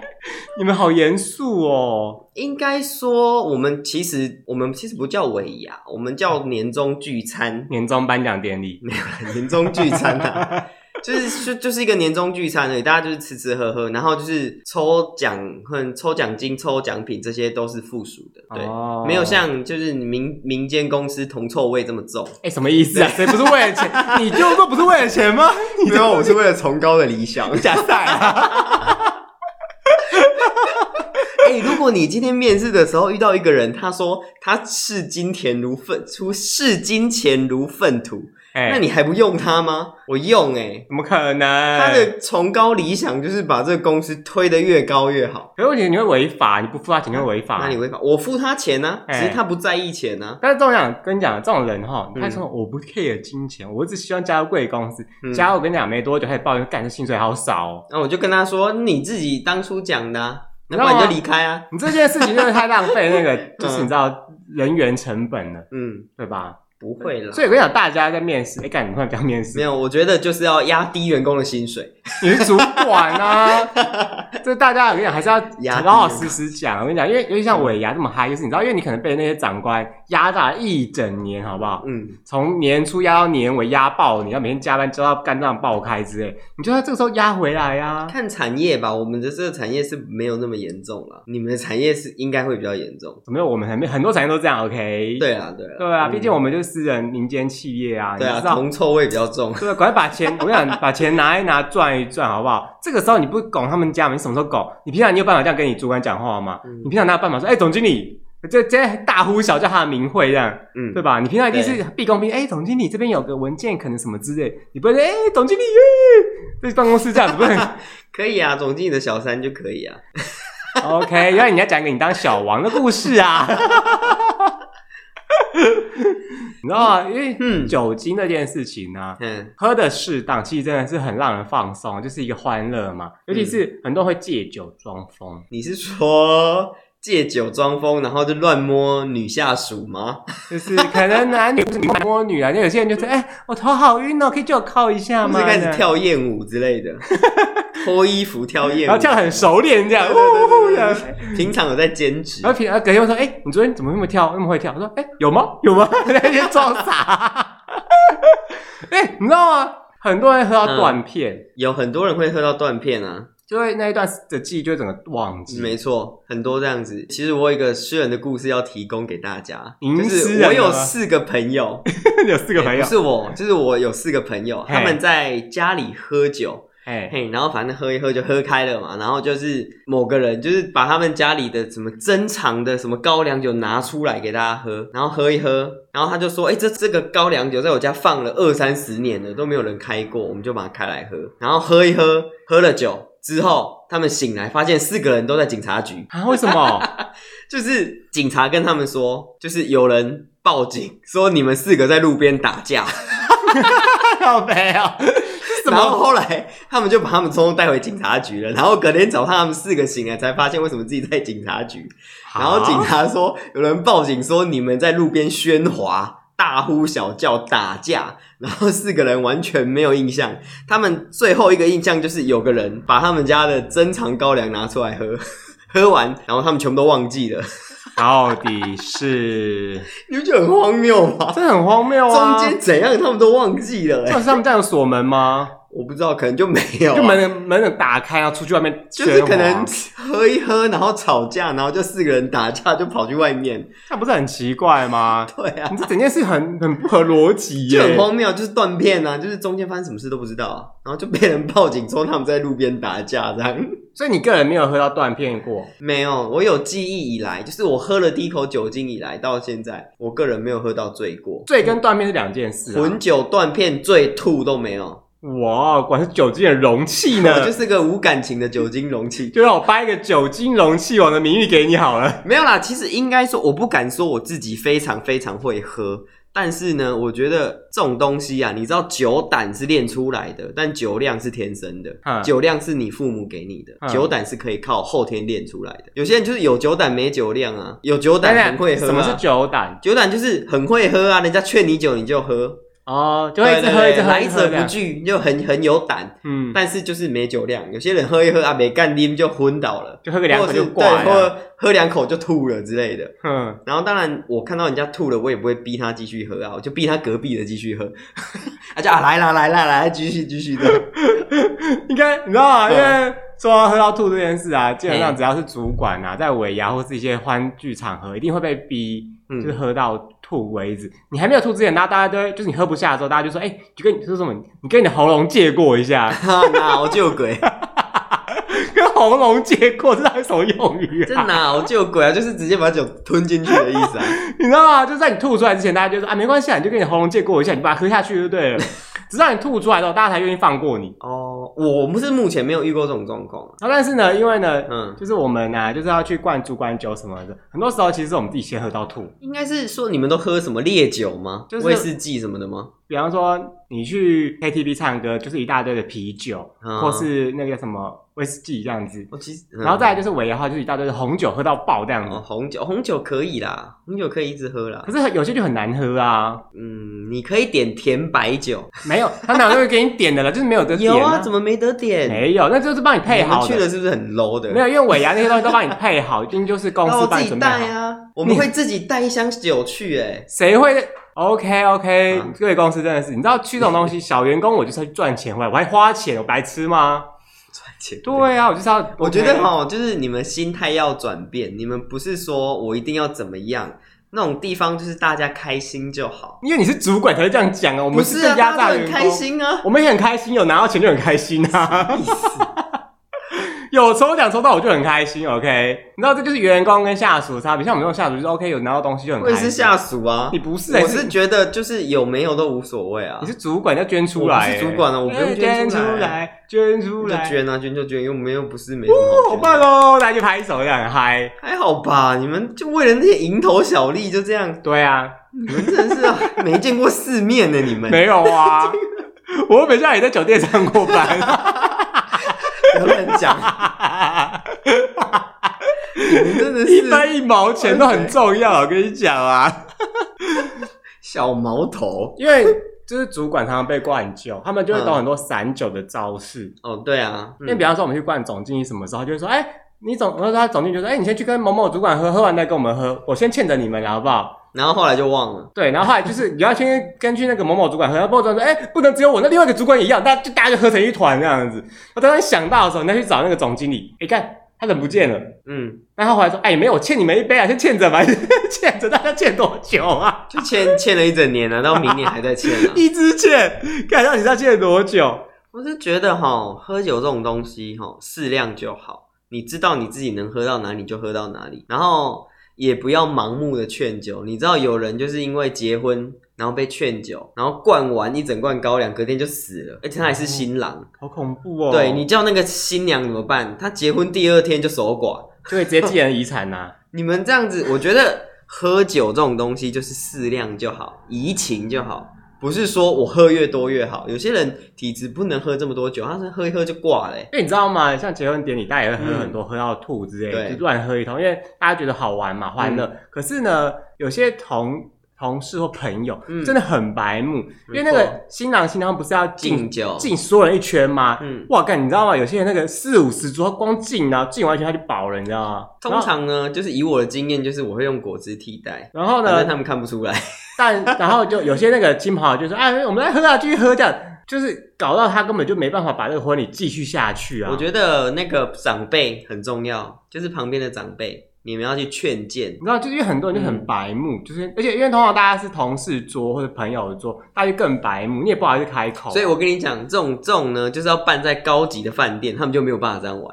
[SPEAKER 1] 你们好严肃哦！
[SPEAKER 2] 应该说我们其实我们其实不叫尾牙，我们叫年终聚餐， [laughs]
[SPEAKER 1] 年终颁奖典礼，
[SPEAKER 2] 年终聚餐啊。就是就就是一个年终聚餐而已，大家就是吃吃喝喝，然后就是抽奖和抽奖金、抽奖品，这些都是附属的，对，
[SPEAKER 1] 哦
[SPEAKER 2] 没有像就是民民间公司铜臭味这么重。
[SPEAKER 1] 哎、什么意思啊？谁不是为了钱？你就说不是为了钱吗？ [laughs] 你
[SPEAKER 2] [laughs] 没有，我是为了崇高的理想。 [laughs]
[SPEAKER 1] 假赛啊！
[SPEAKER 2] 哎、如果你今天面试的时候遇到一个人，他说他视金钱如粪，出视金钱如粪土，
[SPEAKER 1] 哎、
[SPEAKER 2] 那你还不用他吗？我用哎、
[SPEAKER 1] 怎么可能？
[SPEAKER 2] 他的崇高理想就是把这个公司推得越高越好。
[SPEAKER 1] 可是问题你会违法，你不付他钱就会违
[SPEAKER 2] 那
[SPEAKER 1] 法
[SPEAKER 2] 你。会发，我付他钱呢、啊，
[SPEAKER 1] 哎
[SPEAKER 2] 只是他不在意钱啊呢、
[SPEAKER 1] 但是这种讲跟你讲，这种人哈，他
[SPEAKER 2] 嗯
[SPEAKER 1] 说我不 care 金钱，我只希望加入贵公司。
[SPEAKER 2] 嗯
[SPEAKER 1] 加入我跟你讲，没多久开始抱怨，干这薪水好少、哦。
[SPEAKER 2] 那我就跟他说，你自己当初讲的啊、那不然你就离开啊。
[SPEAKER 1] 你这件事情真的太浪费那 [laughs] 个，就是你知道人员成本了，
[SPEAKER 2] 嗯，
[SPEAKER 1] 对吧？
[SPEAKER 2] 不会啦
[SPEAKER 1] 所。以我跟你讲，大家在面试，哎，干，你突然讲面试
[SPEAKER 2] 没，有，我觉得就是要压低员工的薪水。
[SPEAKER 1] 你是主管
[SPEAKER 2] [laughs]
[SPEAKER 1] 啊，这大家我跟你讲，还是
[SPEAKER 2] 压
[SPEAKER 1] 要
[SPEAKER 2] 低
[SPEAKER 1] 老老实实讲。我跟你讲，因为尤其像尾牙这么嗨，就是你知道，因为你可能被那些长官压榨一整年，好不好？
[SPEAKER 2] 嗯，
[SPEAKER 1] 从年初压到年尾，压爆你，要每天加班加到肝脏爆开之类，你就在这个时候压回来呀、啊。
[SPEAKER 2] 看产业吧，我们的这个产业是没有那么严重啦。你们的产业是应该会比较严重。
[SPEAKER 1] 没有，我们很很多产业都这样，OK？
[SPEAKER 2] 对啊，对啊，
[SPEAKER 1] 对啊，毕竟
[SPEAKER 2] 嗯
[SPEAKER 1] 我们就是私人民间企业啊，
[SPEAKER 2] 对
[SPEAKER 1] 你
[SPEAKER 2] 啊，
[SPEAKER 1] 知道
[SPEAKER 2] 铜臭味比较重。
[SPEAKER 1] 对，赶快把钱，我跟你讲，把钱拿一拿，赚一赚，好不好？这个时候你不拱他们家门，你什么时候拱？你平常你有办法这样跟你主管讲话吗？
[SPEAKER 2] 嗯
[SPEAKER 1] 你平常哪有办法说，哎、总经理，这这大呼小叫他的名讳这样，
[SPEAKER 2] 嗯
[SPEAKER 1] 对，吧？你平常一定是毕恭毕敬，哎、总经理这边有个文件，可能什么之类，你不会说，哎、总经理，耶，这办公室这样子不
[SPEAKER 2] [laughs]
[SPEAKER 1] 是很
[SPEAKER 2] [laughs] 可以啊，总经理的小三就可以啊。
[SPEAKER 1] ？OK，原来你要讲一个你当小王的故事
[SPEAKER 2] [laughs]
[SPEAKER 1] 啊。 [laughs] 你知道吗？因为
[SPEAKER 2] 嗯
[SPEAKER 1] 酒精这件事情呢、啊，
[SPEAKER 2] 嗯
[SPEAKER 1] 喝的适当，其实真的是很让人放松，就是一个欢乐
[SPEAKER 2] 嗯
[SPEAKER 1] 嘛。尤其是很多人会借酒装疯， [laughs]
[SPEAKER 2] 你是说借酒装疯，然后就乱摸女下
[SPEAKER 1] [laughs]
[SPEAKER 2] 属吗？
[SPEAKER 1] 就是可能男女不是你摸女啊，就有些人就是哎、我头好晕哦，可以借我靠一下
[SPEAKER 2] 他
[SPEAKER 1] 吗？
[SPEAKER 2] 们开始，跳艳舞之类
[SPEAKER 1] [laughs]
[SPEAKER 2] 的，脱衣服跳艳舞，
[SPEAKER 1] 然后跳
[SPEAKER 2] [laughs]
[SPEAKER 1] 得很熟练这样，
[SPEAKER 2] 对
[SPEAKER 1] 呜呜
[SPEAKER 2] 对
[SPEAKER 1] 呜
[SPEAKER 2] 对
[SPEAKER 1] 这样
[SPEAKER 2] 对对 [laughs] 对平常有在兼职
[SPEAKER 1] 然，后平然后隔天会说，哎、你昨天怎么那么跳，那么会跳？我说，哎、有吗？ [laughs] 有吗？在那边装傻。哎、你知道吗？很多人喝到断片，
[SPEAKER 2] 有很多人会喝到断片啊。
[SPEAKER 1] 就会那一段的记忆就会整个忘记。
[SPEAKER 2] 没错，很多这样子。其实我有一个诗人的故事要提供给大家，
[SPEAKER 1] 您
[SPEAKER 2] 就是
[SPEAKER 1] 嗯
[SPEAKER 2] 是
[SPEAKER 1] 人
[SPEAKER 2] 我有
[SPEAKER 1] 了吗
[SPEAKER 2] 四个朋友，
[SPEAKER 1] [laughs] 有 [laughs] 四个朋
[SPEAKER 2] 不
[SPEAKER 1] 友，
[SPEAKER 2] 是我，就是我有四个朋友，
[SPEAKER 1] 嘿
[SPEAKER 2] 他们在家里喝酒，
[SPEAKER 1] 哎、
[SPEAKER 2] 嘿，然后反正喝一喝就喝开了嘛，然后就是某个人就是把他们家里的什么珍藏的什么高粱酒拿出来给大家喝，然后喝一喝，然后他就说，哎、这这个高粱酒在我家放了二三十年了，都没有人开过，我们就把它开来喝，然后喝一喝，喝了酒之后，他们醒来发现四个人都在警察局，
[SPEAKER 1] 啊，为什么？
[SPEAKER 2] 就是警察跟他们说，就是有人报警说你们四个在路边打 [laughs] 架，
[SPEAKER 1] 好没有，什
[SPEAKER 2] 啊然后
[SPEAKER 1] 么？
[SPEAKER 2] 后来他们就把他们匆匆带回警察局了。然后隔天早上他们四个醒来才发现为什么自己在警察局。然后警察说有人报警说你们在路边喧哗。大呼小叫打架，然后四个人完全没有印象。他们最后一个印象就是有个人把他们家的珍藏高粱拿出来喝， [laughs] 喝完，然后他们全部都忘记了。
[SPEAKER 1] 到底是
[SPEAKER 2] 你不觉得很荒谬吗？
[SPEAKER 1] 这很荒谬啊！
[SPEAKER 2] 中间怎样他们都忘记了、欸？
[SPEAKER 1] 就是他们这样锁门吗？
[SPEAKER 2] 我不知道，可能就没有、啊，
[SPEAKER 1] 就门门的打开，然后出去外面
[SPEAKER 2] 就
[SPEAKER 1] 喧哗，
[SPEAKER 2] 是可能喝一喝，然后吵架，然后就四个人打架就跑去外面。
[SPEAKER 1] 那不是很奇怪吗？
[SPEAKER 2] 对啊
[SPEAKER 1] 你，这整件事很很不合逻辑
[SPEAKER 2] 就很
[SPEAKER 1] 耶！
[SPEAKER 2] 荒谬，就是断片啊，就是中间发生什么事都不知道啊、然后就被人报警说他们在路边打架这样。 [laughs]
[SPEAKER 1] 所以你个人没有喝到断片过，
[SPEAKER 2] 没有，我有记忆以来，就是我喝了第一口酒精以来到现在，我个人没有喝到醉过，
[SPEAKER 1] 醉跟断片是两件事、啊
[SPEAKER 2] 混。酒断片、醉吐都没有，
[SPEAKER 1] 哇，果然是酒精的容器
[SPEAKER 2] 我
[SPEAKER 1] 呢！
[SPEAKER 2] 就
[SPEAKER 1] 就是
[SPEAKER 2] 个无感情的酒精容器。
[SPEAKER 1] 让我颁一个酒精容器王的名誉给你好了。
[SPEAKER 2] 没有啦，其实应该说，我不敢说我自己非常非常会喝，但是呢，我觉得这种东西啊，你知道酒胆是练出来的，但酒量是天生的
[SPEAKER 1] 嗯，
[SPEAKER 2] 酒量是你父母给你的，
[SPEAKER 1] 嗯
[SPEAKER 2] 酒胆是可以靠后天练出来的。有些人就是有酒胆没酒量啊，有酒胆很会喝、
[SPEAKER 1] 哎
[SPEAKER 2] 啊，
[SPEAKER 1] 什么是酒胆？
[SPEAKER 2] 酒胆就是很会喝啊，人家劝你酒你就喝，
[SPEAKER 1] 哦，就会一直喝，
[SPEAKER 2] 对
[SPEAKER 1] 一直
[SPEAKER 2] 对对
[SPEAKER 1] 喝，
[SPEAKER 2] 来
[SPEAKER 1] 一直喝
[SPEAKER 2] 者
[SPEAKER 1] 这
[SPEAKER 2] 不
[SPEAKER 1] 样。
[SPEAKER 2] 拒，就很很有胆，
[SPEAKER 1] 嗯，
[SPEAKER 2] 但是就是没酒量。有些人喝一喝啊，没干拎就昏倒了。
[SPEAKER 1] 就喝个两
[SPEAKER 2] 或
[SPEAKER 1] 口
[SPEAKER 2] 者是
[SPEAKER 1] 就挂
[SPEAKER 2] 对，
[SPEAKER 1] 了。
[SPEAKER 2] 喝喝两口就吐了之类的。
[SPEAKER 1] 嗯，
[SPEAKER 2] 然后当然，我看到人家吐了，我也不会逼他继续喝啊，我就逼他隔壁的继续喝，他 [laughs] 就啊来啦来啦来，继续继续 [laughs] 的。
[SPEAKER 1] 应该你知道吗？
[SPEAKER 2] 嗯
[SPEAKER 1] 因为说到喝到吐这件事啊，基本上只要是主管啊，在尾牙或是一些欢聚场合，一定会被逼，
[SPEAKER 2] 嗯，
[SPEAKER 1] 就是喝到吐为止。你还没有吐之前，大家大家都会，就是你喝不下的时候，大家就说：“哎、就跟你说什么，你跟你的喉咙借过一下
[SPEAKER 2] [laughs] 哪啊我救鬼，
[SPEAKER 1] 跟喉咙借过，这到底什么用语
[SPEAKER 2] 这
[SPEAKER 1] 啊？
[SPEAKER 2] 哪我救鬼啊，就是直接把酒吞进去的意思啊。
[SPEAKER 1] 你知道吗？就在你吐出来之前，大家就说啊，没关系啊，你就跟你喉咙借过一下，你把它喝下去就
[SPEAKER 2] [laughs]
[SPEAKER 1] 对了。直到你吐出来之后，大家才愿意放过你。
[SPEAKER 2] [laughs] 哦，我不是目前没有遇过这种状况啊。
[SPEAKER 1] 然后但是呢，因为呢，
[SPEAKER 2] 嗯，
[SPEAKER 1] 就是我们啊，就是要去灌主管酒什么的，很多时候其实是我们自己先喝到吐。
[SPEAKER 2] 应该是说你们都喝什么烈酒吗？
[SPEAKER 1] 就是
[SPEAKER 2] 威士忌什么的吗？
[SPEAKER 1] 比方说你去 KTV 唱歌就是一大堆的啤酒，
[SPEAKER 2] 嗯
[SPEAKER 1] 或是那个叫什么威士忌这样子，
[SPEAKER 2] 我其实，嗯
[SPEAKER 1] 然后再来就是尾牙的话，就是一大堆的红酒喝到爆这样
[SPEAKER 2] 哦，
[SPEAKER 1] 子。
[SPEAKER 2] 红酒红酒可以啦，红酒可以一直喝啦
[SPEAKER 1] 可。是有些就很难喝啊，
[SPEAKER 2] 嗯，你可以点甜白酒，
[SPEAKER 1] 没有，他哪会给你点的了？就是没有得点、
[SPEAKER 2] 有啊，怎么没得点？
[SPEAKER 1] 没有？那就是帮你配
[SPEAKER 2] 你
[SPEAKER 1] 好
[SPEAKER 2] 们去的是不是很 low 的？
[SPEAKER 1] 没有，因为尾牙那些东西都帮你配好，一定就是公
[SPEAKER 2] 那
[SPEAKER 1] 司
[SPEAKER 2] 我
[SPEAKER 1] 帮你
[SPEAKER 2] 自己
[SPEAKER 1] 准备好。
[SPEAKER 2] 带啊，我们会自己带一箱酒去、
[SPEAKER 1] [laughs]
[SPEAKER 2] 欸，
[SPEAKER 1] 谁会？OK OK，、
[SPEAKER 2] 啊
[SPEAKER 1] 各位公司真的是，你知道去这种东西，小员工我就是要去赚钱， [laughs] 我我还花钱，我白痴吗？
[SPEAKER 2] 赚钱。
[SPEAKER 1] 对啊，我就是要。
[SPEAKER 2] 我
[SPEAKER 1] OK
[SPEAKER 2] 觉得哈，就是你们心态要转变，你们不是说我一定要怎么样，那种地方就是大家开心就好。
[SPEAKER 1] 因为你是主管才会这样讲啊，我
[SPEAKER 2] 不
[SPEAKER 1] 们
[SPEAKER 2] 是
[SPEAKER 1] 被
[SPEAKER 2] 啊，
[SPEAKER 1] 压榨
[SPEAKER 2] 大家
[SPEAKER 1] 的
[SPEAKER 2] 都很
[SPEAKER 1] 员
[SPEAKER 2] 开
[SPEAKER 1] 工，[laughs]
[SPEAKER 2] 心啊。
[SPEAKER 1] 我们也很开心，有拿到钱就很开心啊， [laughs]
[SPEAKER 2] 意思
[SPEAKER 1] 有抽奖抽到我就很开心。OK，你知道这就是员工跟下属的差别，像我们这种下属就是 OK，有拿到东西就很
[SPEAKER 2] 我
[SPEAKER 1] 开
[SPEAKER 2] 也
[SPEAKER 1] 心。
[SPEAKER 2] 是下属啊
[SPEAKER 1] 你，不是、欸，
[SPEAKER 2] 我是觉得就是有没有都无所谓啊
[SPEAKER 1] 你。是主管要捐出来、
[SPEAKER 2] 我不是主管啊我不用
[SPEAKER 1] 哎捐
[SPEAKER 2] 捐出来啊
[SPEAKER 1] 来，捐出
[SPEAKER 2] 就
[SPEAKER 1] 来，
[SPEAKER 2] 捐啊，捐就捐，又没有不是没什么
[SPEAKER 1] 好
[SPEAKER 2] 好捐
[SPEAKER 1] 棒哦！大家就拍手，这样很嗨。
[SPEAKER 2] 还好吧？你们就为了那些蝇头小利就这样，
[SPEAKER 1] 对啊，
[SPEAKER 2] 你们真的是啊 [laughs] 没见过世面呢、你
[SPEAKER 1] [laughs]
[SPEAKER 2] 们
[SPEAKER 1] 没有啊，我本校也在酒店上过 [laughs] 班，
[SPEAKER 2] [laughs] 不要乱讲，你们真的
[SPEAKER 1] 一
[SPEAKER 2] 是
[SPEAKER 1] 分一毛钱都很重要，我跟你讲啊，
[SPEAKER 2] 小毛头。
[SPEAKER 1] 因为。就是主管常常被灌酒，他们就会懂很多散酒的招式。
[SPEAKER 2] 哦，对啊，
[SPEAKER 1] 因为比方说我们去灌总经理什么时候，他就会说：“哎、你总……”我说他总 [laughs] 经理就说：“哎、你先去跟某某主管喝，喝完再跟我们喝，我先欠着你们了，好不好？”
[SPEAKER 2] 然后后来就忘了。
[SPEAKER 1] 对，然后后来就是你要先根据那个某某主管喝，然后某某主管说，哎、不能只有我，那另外一个主管也一样，大家就大家就喝成一团这样子。我当时想到的时候，你再去找那个总经理，哎、看他人不见了，
[SPEAKER 2] 嗯，
[SPEAKER 1] 然后他后来说，哎、没有，我欠你们一杯啊，先欠着吧， [laughs] 欠着大家欠多久啊？ [laughs]
[SPEAKER 2] 就欠欠了一整 [laughs] 年了，啊到明年还在欠啊。
[SPEAKER 1] 一直欠，看到底是要欠多久？
[SPEAKER 2] [laughs] 我是觉得哈，喝酒这种东西哈，适量就好。你知道你自己能喝到哪里就喝到哪里，然后也不要盲目的劝酒。你知道有人就是因为结婚，然后被劝酒，然后灌完一整罐高粱，隔天就死了，而且他还是新郎。
[SPEAKER 1] 好恐怖哦！
[SPEAKER 2] 对你叫那个新娘怎么办？她结婚第二天就守寡。
[SPEAKER 1] 就会直接继人遗产呐、
[SPEAKER 2] 你们这样子，我觉得喝酒这种东西就是适量就好，怡情就好，不是说我喝越多越好。有些人体质不能喝这么多酒，他是喝一喝就挂嘞、
[SPEAKER 1] [laughs] 因为你知道吗？像结婚典礼，大家也会
[SPEAKER 2] 嗯
[SPEAKER 1] 喝很多，喝到吐之类
[SPEAKER 2] 对嗯
[SPEAKER 1] 的，就乱喝一通，因为大家觉得好玩嘛，欢乐。可是呢，有些同同事或朋友、
[SPEAKER 2] 嗯
[SPEAKER 1] 真的很白目，因为那
[SPEAKER 2] 没错
[SPEAKER 1] 个新郎新娘不是要
[SPEAKER 2] 敬
[SPEAKER 1] 敬
[SPEAKER 2] 酒，
[SPEAKER 1] 敬所有人一圈吗？
[SPEAKER 2] 嗯，
[SPEAKER 1] 哇，干，你知道吗？有些人那个四五十桌，光敬啊，敬完一圈他就饱了，你知道吗？
[SPEAKER 2] 通常呢，就是以我的经验，就是我会用果汁替代，
[SPEAKER 1] 然后，然
[SPEAKER 2] 反
[SPEAKER 1] 后
[SPEAKER 2] 正
[SPEAKER 1] 呢，
[SPEAKER 2] 他们看不出来。
[SPEAKER 1] 但然后就有些那个亲朋好友就说：“哎，我们来喝啊，继续喝这样。”就是搞到他根本就没办法把这个婚礼继续下去啊！
[SPEAKER 2] 我觉得那个长辈很重要，就是旁边的长辈，你们要去劝谏
[SPEAKER 1] 你。知道，就是因为很多人就很白目，就是而且因为通常大家是同事桌或者朋友桌，大家就更白目，你也不好意思开口。
[SPEAKER 2] 所以我跟你讲，这种这种呢，就是要办在高级的饭店，他们就没有办法这样玩，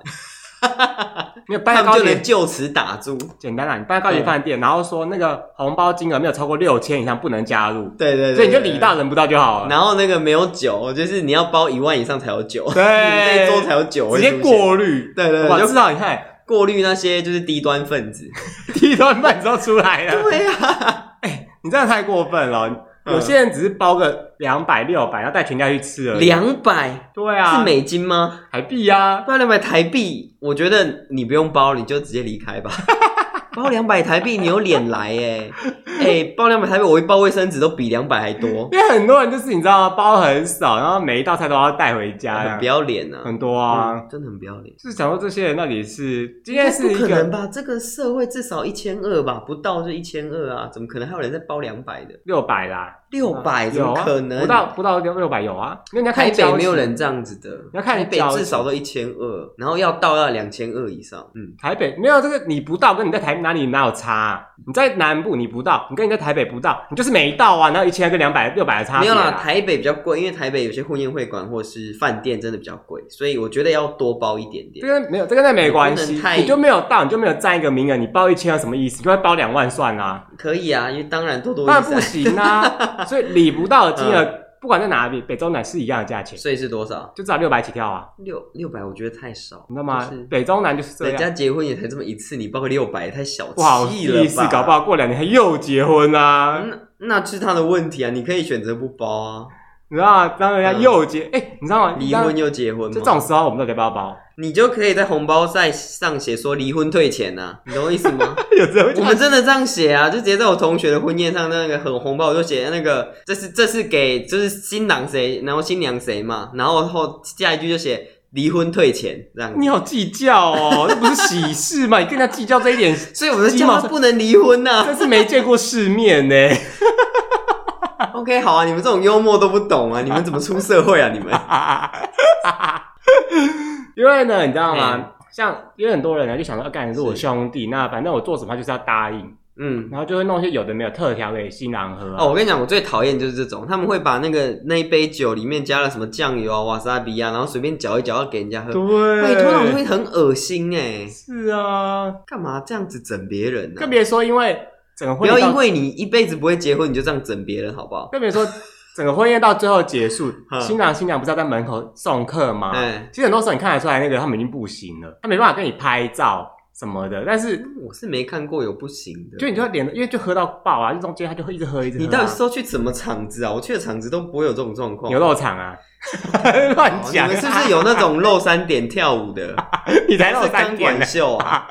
[SPEAKER 1] 没有搬
[SPEAKER 2] 他
[SPEAKER 1] 到高
[SPEAKER 2] 们就
[SPEAKER 1] 级
[SPEAKER 2] 能，就此打住。
[SPEAKER 1] 简单啦，你搬到高级饭店，然后说那个红包金额没有超过六千以上不能加入，
[SPEAKER 2] 对对对，
[SPEAKER 1] 所以你就
[SPEAKER 2] 对
[SPEAKER 1] 礼到人不到就好了。
[SPEAKER 2] 然后那个没有酒，就是你要包一万以上才有酒，
[SPEAKER 1] 对
[SPEAKER 2] [laughs] 你这一周才有酒，
[SPEAKER 1] 直接。过滤，
[SPEAKER 2] 对对
[SPEAKER 1] 哇，
[SPEAKER 2] 对，
[SPEAKER 1] 至
[SPEAKER 2] 就
[SPEAKER 1] 少你看
[SPEAKER 2] 过滤那些就是低端
[SPEAKER 1] [laughs]
[SPEAKER 2] 分子。
[SPEAKER 1] 第一顿饭你都出来了，
[SPEAKER 2] 对啊，
[SPEAKER 1] 你这样太过分了。
[SPEAKER 2] 嗯
[SPEAKER 1] 有些人只是包个两百六百，然后带全家去吃而已。
[SPEAKER 2] 两百
[SPEAKER 1] 对
[SPEAKER 2] 是
[SPEAKER 1] 啊，
[SPEAKER 2] 美金吗？
[SPEAKER 1] 台币啊，
[SPEAKER 2] 不然两百台币，我觉得你不用包，你就直接离开
[SPEAKER 1] [laughs]
[SPEAKER 2] 吧。包两百台币，你有脸来哎、哎、包两百台币，我一包卫生纸都比两百还
[SPEAKER 1] [laughs]
[SPEAKER 2] 多，
[SPEAKER 1] 因为很多人就是你知道吗，包很少，然后每一道菜都要带回家，这
[SPEAKER 2] 很
[SPEAKER 1] 样
[SPEAKER 2] 不要脸啊！
[SPEAKER 1] 哎很多啊，
[SPEAKER 2] 嗯真的很不要脸。
[SPEAKER 1] 就是想说这些人到底是今天是
[SPEAKER 2] 不
[SPEAKER 1] 一
[SPEAKER 2] 可能
[SPEAKER 1] 个
[SPEAKER 2] 吧？这个社会至少一千二吧，不到就一千二啊，怎么可能还有人在包两百的？
[SPEAKER 1] 六百啦，
[SPEAKER 2] 六百怎
[SPEAKER 1] 有
[SPEAKER 2] 么
[SPEAKER 1] 啊
[SPEAKER 2] 可能？
[SPEAKER 1] 不到不到六六百有啊，因为你要看
[SPEAKER 2] 台
[SPEAKER 1] 交
[SPEAKER 2] 北
[SPEAKER 1] 情
[SPEAKER 2] 没有人这样子的，
[SPEAKER 1] 要看
[SPEAKER 2] 台北
[SPEAKER 1] 交情
[SPEAKER 2] 至少都一千二，然后要到要两千二以上。嗯，
[SPEAKER 1] 台北没有这个你不到跟你在台哪里哪有差、啊？你在南部你不到，你跟你在台北不到，你就是没到啊，然后一千跟两百六百的差
[SPEAKER 2] 嗯没
[SPEAKER 1] 别、
[SPEAKER 2] 有啦，
[SPEAKER 1] 啊。
[SPEAKER 2] 台北比较贵，因为台北有些婚宴会馆或是饭店真的比较贵，所以我觉得要多包一点
[SPEAKER 1] 这
[SPEAKER 2] 点。
[SPEAKER 1] 个没有，这跟那没关
[SPEAKER 2] 你
[SPEAKER 1] 系
[SPEAKER 2] 不能太，
[SPEAKER 1] 你就没有到，你就没有占一个名额，你包一千有什么意思？你就会包两万算啦、
[SPEAKER 2] 可以啊，因嗯为当然多多益
[SPEAKER 1] 当然不
[SPEAKER 2] 善，
[SPEAKER 1] 行
[SPEAKER 2] [laughs]
[SPEAKER 1] 啊，所以理不到的金额，不管在哪里，北中南是一样的价钱，
[SPEAKER 2] 所以是多少？
[SPEAKER 1] 就至少六百起跳啊，
[SPEAKER 2] 六六百，我觉得太少，
[SPEAKER 1] 你知道吗
[SPEAKER 2] 就是？
[SPEAKER 1] 北中南就是这
[SPEAKER 2] 人
[SPEAKER 1] 样。
[SPEAKER 2] 家结婚也才这么一次，你包个六百太小
[SPEAKER 1] 不好
[SPEAKER 2] 气了
[SPEAKER 1] 意思
[SPEAKER 2] 吧？，嗯
[SPEAKER 1] 搞不好过两年他又结婚啦、
[SPEAKER 2] 那那是他的问题啊，你可以选择不包啊。
[SPEAKER 1] 你知道吗？让人家又结，哎、你知道吗？
[SPEAKER 2] 离婚又结婚
[SPEAKER 1] 这
[SPEAKER 2] 吗？
[SPEAKER 1] 种时候我们到底要不要
[SPEAKER 2] [laughs]
[SPEAKER 1] 包？
[SPEAKER 2] 你就可以在红包赛上写说离婚退钱呐、你懂我意思吗？
[SPEAKER 1] 有时候
[SPEAKER 2] 我们真的这样写啊，就直接在我同学的婚宴上那个很红包，我就写那个这是这是给就是新郎谁，然后新娘谁嘛，然后后下一句就写离婚退钱这样子。
[SPEAKER 1] 你好计较哦，这不是喜事嘛？你跟他计较这一点，
[SPEAKER 2] 所以我们
[SPEAKER 1] 鸡
[SPEAKER 2] 就
[SPEAKER 1] 毛
[SPEAKER 2] 叫他不能离婚啊呐、
[SPEAKER 1] 真是没见过世面呢。
[SPEAKER 2] OK，好啊，你们这种幽默都不懂啊，你们怎么出社会啊？你们
[SPEAKER 1] [laughs] 因为呢，你知道
[SPEAKER 2] 嗯
[SPEAKER 1] 吗？像因为很多人呢就想说，啊干、是我兄弟，那反正我做什么他就是要答应，
[SPEAKER 2] 嗯。
[SPEAKER 1] 然后就会弄一些有的没有特调给新郎喝、
[SPEAKER 2] 哦，
[SPEAKER 1] 哦，
[SPEAKER 2] 我跟你讲，我最讨厌就是这种，他们会把那个那一杯酒里面加了什么酱油啊、瓦萨比啊，然后随便搅一搅要给人家喝，
[SPEAKER 1] 对，
[SPEAKER 2] 拜托，那种会很恶心哎、
[SPEAKER 1] 是啊，
[SPEAKER 2] 干嘛这样子整别人呢、啊
[SPEAKER 1] 更别说因为整个
[SPEAKER 2] 不
[SPEAKER 1] 婚
[SPEAKER 2] 要
[SPEAKER 1] 宴到
[SPEAKER 2] 因为你一辈子不会结婚，你就这样整别人，好不好？
[SPEAKER 1] 更别说整个婚宴到最后结束
[SPEAKER 2] [laughs] ，嗯
[SPEAKER 1] 新郎新娘不是要在门口送客吗？
[SPEAKER 2] 哎、
[SPEAKER 1] 其实很多时候你看得出来，那个他们已经不行了，他没办法跟你拍照什么的，但是
[SPEAKER 2] 我是没看过有不行的。
[SPEAKER 1] 就你就会脸，因为就喝到爆啊，就中间他就会一直喝一直喝啊、
[SPEAKER 2] 你到底是都去什么场子啊？我去的场子都不会有这种状况。
[SPEAKER 1] 牛肉肠
[SPEAKER 2] [laughs]
[SPEAKER 1] 啊？乱
[SPEAKER 2] 哦
[SPEAKER 1] 讲，啊
[SPEAKER 2] 你们是不是有那种露三点跳舞的？
[SPEAKER 1] [laughs] 你才
[SPEAKER 2] 是
[SPEAKER 1] 露
[SPEAKER 2] 钢
[SPEAKER 1] 三点
[SPEAKER 2] 管
[SPEAKER 1] 呢？
[SPEAKER 2] 秀啊？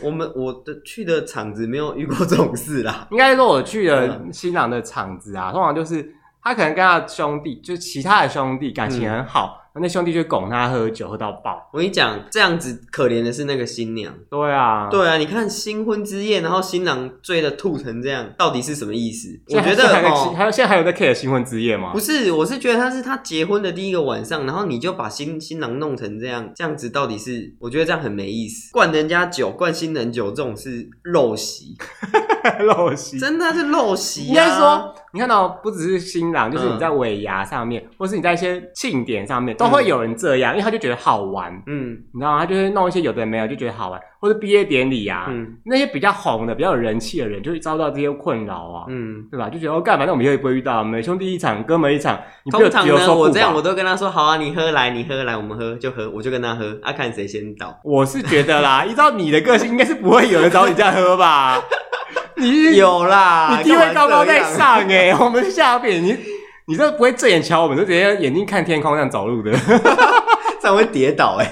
[SPEAKER 2] 我们我的去的场子没有遇过这种事啦。
[SPEAKER 1] 应该说我去
[SPEAKER 2] 嗯
[SPEAKER 1] 了新郎的场子啊，通常就是他可能跟他兄弟，就是其他的兄弟感情很好，
[SPEAKER 2] 嗯
[SPEAKER 1] 那兄弟就拱他喝酒喝到爆。
[SPEAKER 2] 我跟你讲，这样子可怜的是那个新娘。
[SPEAKER 1] 对啊，，
[SPEAKER 2] 对啊，你看新婚之夜，然后新郎醉的吐成这样，到底是什么意思？我觉得
[SPEAKER 1] 还在
[SPEAKER 2] 哦，
[SPEAKER 1] 还有现在还有在 care 新婚之夜吗 [laughs]
[SPEAKER 2] 不？是，我是觉得他是他结婚的第一个晚上，然后你就把新新郎弄成这样，这样子到底是？我觉得这样很没意思。灌人家酒，灌新人酒，这种是陋习，
[SPEAKER 1] 陋习。
[SPEAKER 2] 真的嗯是陋习、啊。
[SPEAKER 1] 应该说，你看到不只是新郎，就是你在尾牙上面，或是你在一些庆典上面，都会有人这样，因为他就觉得好玩，
[SPEAKER 2] 嗯
[SPEAKER 1] 你知道吗？他就会弄一些有的没有，就觉得好玩，或者毕业典礼啊，
[SPEAKER 2] 嗯
[SPEAKER 1] 那些比较红的、比较有人气的人，就会遭到这些困扰啊，
[SPEAKER 2] 嗯。
[SPEAKER 1] 对吧？就觉得哦，干反正我们以后也不会遇到，每兄弟一场，哥们一场，你不
[SPEAKER 2] 通
[SPEAKER 1] 有
[SPEAKER 2] 常
[SPEAKER 1] 只有
[SPEAKER 2] 呢，
[SPEAKER 1] 说
[SPEAKER 2] 我
[SPEAKER 1] 不
[SPEAKER 2] 这样我
[SPEAKER 1] 吧？
[SPEAKER 2] 都跟他说好啊，你喝来，你喝来，我们喝就喝，我就跟他喝，啊，看谁先倒。
[SPEAKER 1] 我是觉得啦， [laughs] 依照你的个性，应该是不会有人找你这样喝吧？ [laughs] 你啊
[SPEAKER 2] 有啦，
[SPEAKER 1] 你地位
[SPEAKER 2] 干嘛
[SPEAKER 1] 高高
[SPEAKER 2] 这
[SPEAKER 1] 在
[SPEAKER 2] 样，
[SPEAKER 1] 上哎、我们下面你你这不会正眼瞧我们，就直接眼睛看天空这样走路的， [laughs]
[SPEAKER 2] 这样会跌倒哎、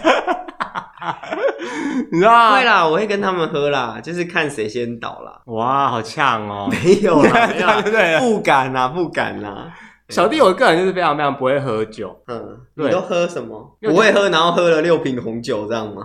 [SPEAKER 1] 你知道吗？
[SPEAKER 2] 会啦，我会跟他们喝啦，就是看谁先
[SPEAKER 1] [laughs]
[SPEAKER 2] 倒啦。
[SPEAKER 1] 哇，好呛哦！
[SPEAKER 2] 没有啦，
[SPEAKER 1] [laughs]
[SPEAKER 2] 没有
[SPEAKER 1] 对
[SPEAKER 2] 啦，
[SPEAKER 1] 不 [laughs] 对？啊
[SPEAKER 2] 不敢啦，不敢啊啦。
[SPEAKER 1] 小弟我个人就是非常非常不会喝酒，
[SPEAKER 2] 嗯，
[SPEAKER 1] 对
[SPEAKER 2] 你都喝什么？
[SPEAKER 1] 因为
[SPEAKER 2] 不会喝，然后喝了六瓶红酒，这样吗？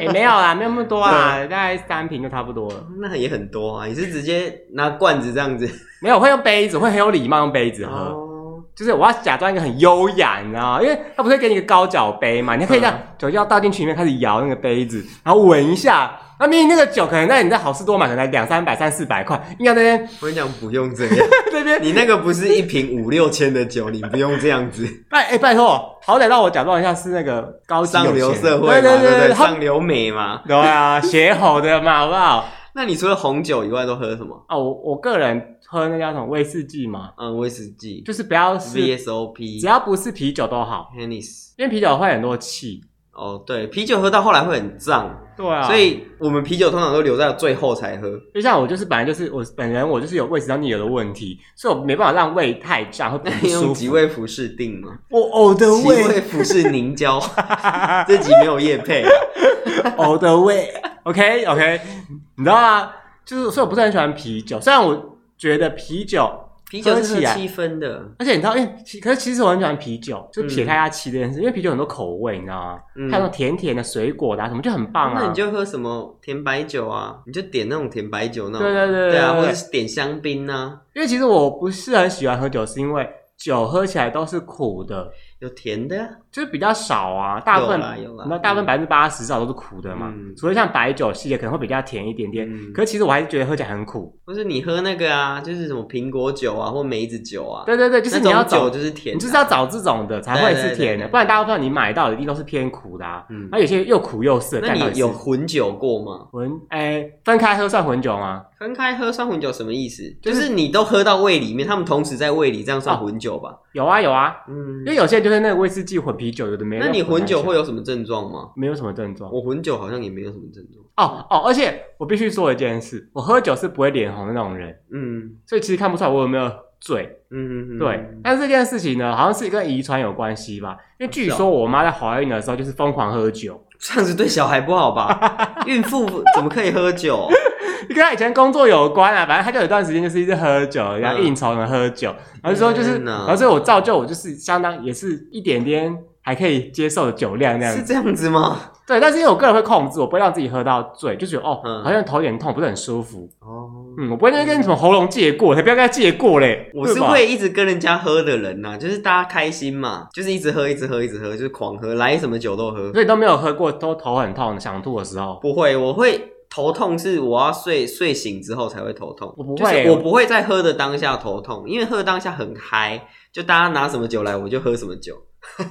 [SPEAKER 1] 也、哎没有啦，没有那么多啦，大概三瓶就差不多了。
[SPEAKER 2] 那也很多啊！你是直接拿罐子这
[SPEAKER 1] [laughs]
[SPEAKER 2] 样子
[SPEAKER 1] 没有，会用杯子，会很有礼貌用杯子喝，
[SPEAKER 2] 哦，
[SPEAKER 1] 就是我要假装一个很优雅，你知道吗？因为他不是会给你一个高脚杯嘛，你可以这样酒就要倒进去里面开始摇那个杯子，然后闻一下。那明明那个酒可能在你在好事多买，可能两三百、三四百块，应该那边
[SPEAKER 2] 我跟你讲，不用这样。 [laughs]
[SPEAKER 1] 那边
[SPEAKER 2] 你那个不是一瓶五六千的酒，你不用这样
[SPEAKER 1] [laughs]
[SPEAKER 2] 子。
[SPEAKER 1] 拜哎、拜托，好歹让我假装一下是那个高级有
[SPEAKER 2] 上
[SPEAKER 1] 钱人
[SPEAKER 2] 流社会嘛，
[SPEAKER 1] 对对
[SPEAKER 2] 对不
[SPEAKER 1] 对
[SPEAKER 2] 对？
[SPEAKER 1] 他
[SPEAKER 2] 上流美嘛。
[SPEAKER 1] 对啊，血吼的嘛，好不好？
[SPEAKER 2] 那你除了红酒以外都喝什么？
[SPEAKER 1] 哦，我我个人喝那叫什么威士忌嘛，
[SPEAKER 2] 嗯，威士忌、
[SPEAKER 1] 就是不要是
[SPEAKER 2] VSOP、
[SPEAKER 1] 只要不是啤酒都好，
[SPEAKER 2] Hennis。
[SPEAKER 1] 因为啤酒会很多气。
[SPEAKER 2] 哦，对，啤酒喝到后来会很胀。
[SPEAKER 1] 对啊，
[SPEAKER 2] 所以我们啤酒通常都留在最后才喝。
[SPEAKER 1] 就像我就是本来就是我本人我就是有胃食道逆流的问题，所以我没办法让胃太胀会不
[SPEAKER 2] 那你
[SPEAKER 1] 舒
[SPEAKER 2] 用几
[SPEAKER 1] 服。
[SPEAKER 2] 味服饰定吗？
[SPEAKER 1] 我呕的
[SPEAKER 2] 几 [laughs] 味
[SPEAKER 1] 胃，
[SPEAKER 2] 服饰
[SPEAKER 1] [laughs]
[SPEAKER 2] 凝胶，这集没有夜配。
[SPEAKER 1] 呕的胃。OK OK，你知道吗？就是所以我不是很喜欢啤酒，虽然我觉得啤酒
[SPEAKER 2] 啤酒
[SPEAKER 1] 喝
[SPEAKER 2] 是
[SPEAKER 1] 起
[SPEAKER 2] 喝
[SPEAKER 1] 来
[SPEAKER 2] 七分的，
[SPEAKER 1] 而且你知道，因为其可是其实我很喜欢啤酒，就
[SPEAKER 2] 嗯
[SPEAKER 1] 撇开它气这件事，因为啤酒很多口味，你知道吗？
[SPEAKER 2] 嗯
[SPEAKER 1] 还有那种甜甜的水果的、啊、什么，就很棒啊。
[SPEAKER 2] 那你就喝什么甜白酒啊？你就点那种甜白酒那种，
[SPEAKER 1] 对对对对
[SPEAKER 2] 对啊，
[SPEAKER 1] 对
[SPEAKER 2] 或
[SPEAKER 1] 对
[SPEAKER 2] 者是点香槟啊呐，
[SPEAKER 1] 因为其实我不是很喜欢喝酒，是因为酒喝起来都是苦的，
[SPEAKER 2] 有甜的啊，
[SPEAKER 1] 就是比较少啊，大部分
[SPEAKER 2] 有啦有啦
[SPEAKER 1] 那大部分百分之八十少都是苦的嘛，
[SPEAKER 2] 嗯
[SPEAKER 1] 除非像白酒系列可能会比较甜一点点。
[SPEAKER 2] 嗯
[SPEAKER 1] 可是其实我还是觉得喝起来很苦。
[SPEAKER 2] 或是你喝那个啊，就是什么苹果酒啊，或梅子酒啊，
[SPEAKER 1] 对对对，就是你要
[SPEAKER 2] 那种
[SPEAKER 1] 找，
[SPEAKER 2] 酒就是甜的啊，
[SPEAKER 1] 你就是要找这种的才会
[SPEAKER 2] 对对
[SPEAKER 1] 是甜
[SPEAKER 2] 对对
[SPEAKER 1] 的，
[SPEAKER 2] 对
[SPEAKER 1] 不然大部分你买到的一定都是偏苦的啊。
[SPEAKER 2] 嗯
[SPEAKER 1] 那有些又苦又涩，
[SPEAKER 2] 那
[SPEAKER 1] 干到底
[SPEAKER 2] 你
[SPEAKER 1] 是
[SPEAKER 2] 有混酒过吗？
[SPEAKER 1] 混哎分开喝算混酒吗？
[SPEAKER 2] 分开喝算混酒什么意思？
[SPEAKER 1] 就哦
[SPEAKER 2] 就是是你都喝到胃里面，他们同时在胃里，这样算混酒吧？
[SPEAKER 1] 有啊有啊，
[SPEAKER 2] 嗯
[SPEAKER 1] 因，为有些人就是那个威士忌混啤酒，有的没有。
[SPEAKER 2] 那你混酒会
[SPEAKER 1] 有
[SPEAKER 2] 有什么症状吗？
[SPEAKER 1] 没有什么症状？哦
[SPEAKER 2] 我混酒好像也没有什么症状。
[SPEAKER 1] 哦，而且我必须说一件事，我喝酒是不会脸红的那种人，
[SPEAKER 2] 嗯，
[SPEAKER 1] 所以其实看不出来我有没有罪。
[SPEAKER 2] 嗯，嗯嗯
[SPEAKER 1] 对，但是这件事情呢，好像是跟遗传有关系吧？因为据
[SPEAKER 2] 是
[SPEAKER 1] 说
[SPEAKER 2] 哦
[SPEAKER 1] 我妈在怀孕的时候就是疯狂喝酒，
[SPEAKER 2] 这样子对小孩不好 [laughs] 吧？孕妇怎么可以喝酒？
[SPEAKER 1] 跟她以前工作有关啊，反正她就有一段时间就是一直喝酒，然后
[SPEAKER 2] 嗯
[SPEAKER 1] 应酬呢喝酒，然后说就是，
[SPEAKER 2] 天哪
[SPEAKER 1] 然后所以我造就我就是相当也是一点点还可以接受的酒量那样
[SPEAKER 2] 是
[SPEAKER 1] 子。
[SPEAKER 2] 这样子吗？
[SPEAKER 1] 对，但是因为我个人会控制，我不会让自己喝到醉，就觉得哦，
[SPEAKER 2] 嗯
[SPEAKER 1] 好像头有点痛，不是很舒服。
[SPEAKER 2] 哦，
[SPEAKER 1] 嗯，我不会跟什么喉咙借过，才不要跟他借过嘞。
[SPEAKER 2] 我是
[SPEAKER 1] 对吧
[SPEAKER 2] 会一直跟人家喝的人呐、就是大家开心嘛，就是一直喝，一直喝，一直喝，就是狂喝，来什么酒都喝。
[SPEAKER 1] 所以都没有喝过，都头很痛，想吐的时候。
[SPEAKER 2] 不会，我会头痛是我要睡睡醒之后才会头痛，
[SPEAKER 1] 我不会
[SPEAKER 2] 就是我不会在喝的当下头痛，因为喝的当下很嗨，就大家拿什么酒来我就喝什么酒。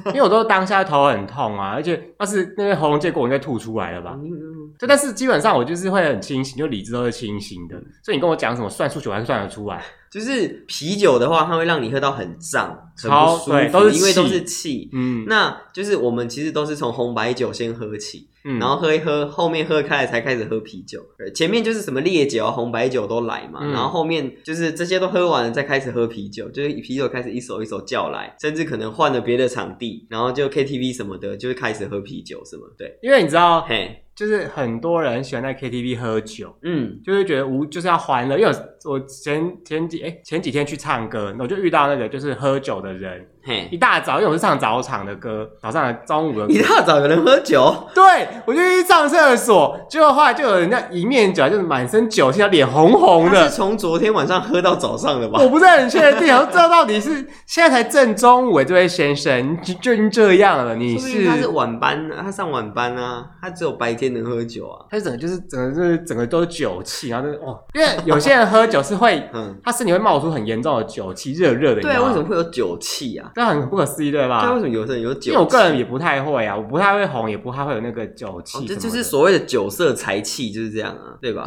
[SPEAKER 1] 因为我都当下头很痛啊，而且要是那边喉咙借过，我应该吐出来了吧？
[SPEAKER 2] 嗯
[SPEAKER 1] 对，但是基本上我就是会很清醒，就理智都是清醒的，所以你跟我讲什么算数学，我还是算得出来。
[SPEAKER 2] 就是啤酒的话，它会让你喝到很胀，很
[SPEAKER 1] 超
[SPEAKER 2] 不舒
[SPEAKER 1] 对
[SPEAKER 2] 服，
[SPEAKER 1] 都是
[SPEAKER 2] 因为都
[SPEAKER 1] 气
[SPEAKER 2] 是气。
[SPEAKER 1] 嗯，
[SPEAKER 2] 那就是我们其实都是从红白酒先喝起，
[SPEAKER 1] 嗯
[SPEAKER 2] 然后喝一喝，后面喝开了才开始喝啤酒。对前面就是什么烈酒啊、红白酒都来嘛，
[SPEAKER 1] 嗯
[SPEAKER 2] 然后后面就是这些都喝完了，再开始喝啤酒，就是啤酒开始一手一手叫来，甚至可能换了别的场地，然后就 KTV 什么的，就是开始喝啤酒什么。对，
[SPEAKER 1] 因为你知道，
[SPEAKER 2] 嘿，
[SPEAKER 1] 就是很多人喜欢在 KTV 喝酒，
[SPEAKER 2] 嗯，
[SPEAKER 1] 就是觉得无就是要欢乐。因为我我前前几哎、前几天去唱歌，我就遇到那个就是喝酒的人，一
[SPEAKER 2] 嘿，
[SPEAKER 1] 大早，因为我是唱早场的歌，早上的中午的歌
[SPEAKER 2] 一，大早有人喝酒，
[SPEAKER 1] 对我就去上厕所，结果后来就有人家一面脚就是满身酒气，脸红红
[SPEAKER 2] 他
[SPEAKER 1] 的
[SPEAKER 2] 是，从昨天晚上喝到早上的吧
[SPEAKER 1] 我？不是很确定，我说这到底是现在才正中午，这位先生，你就就已经这样了，你
[SPEAKER 2] 说不定
[SPEAKER 1] 是
[SPEAKER 2] 他是晚班，他上晚班啊，他只有白天能喝酒啊。
[SPEAKER 1] 他是整个就是整个就是整个都是酒气，然后就是哦，因为有些人喝酒是会
[SPEAKER 2] 嗯，
[SPEAKER 1] 他身体会冒出很严重的酒气，热热的，
[SPEAKER 2] 对啊，为什么
[SPEAKER 1] 么？
[SPEAKER 2] 会有酒气啊？
[SPEAKER 1] 这很不可思议，对
[SPEAKER 2] 对啊，
[SPEAKER 1] 吧
[SPEAKER 2] 为？什么有人有酒气？
[SPEAKER 1] 因为我个人也不太会啊，我不太会红，也不太会有那个酒气
[SPEAKER 2] 哦
[SPEAKER 1] 什么的、
[SPEAKER 2] 这就是所谓的酒色财气，就是这样啊，对吧？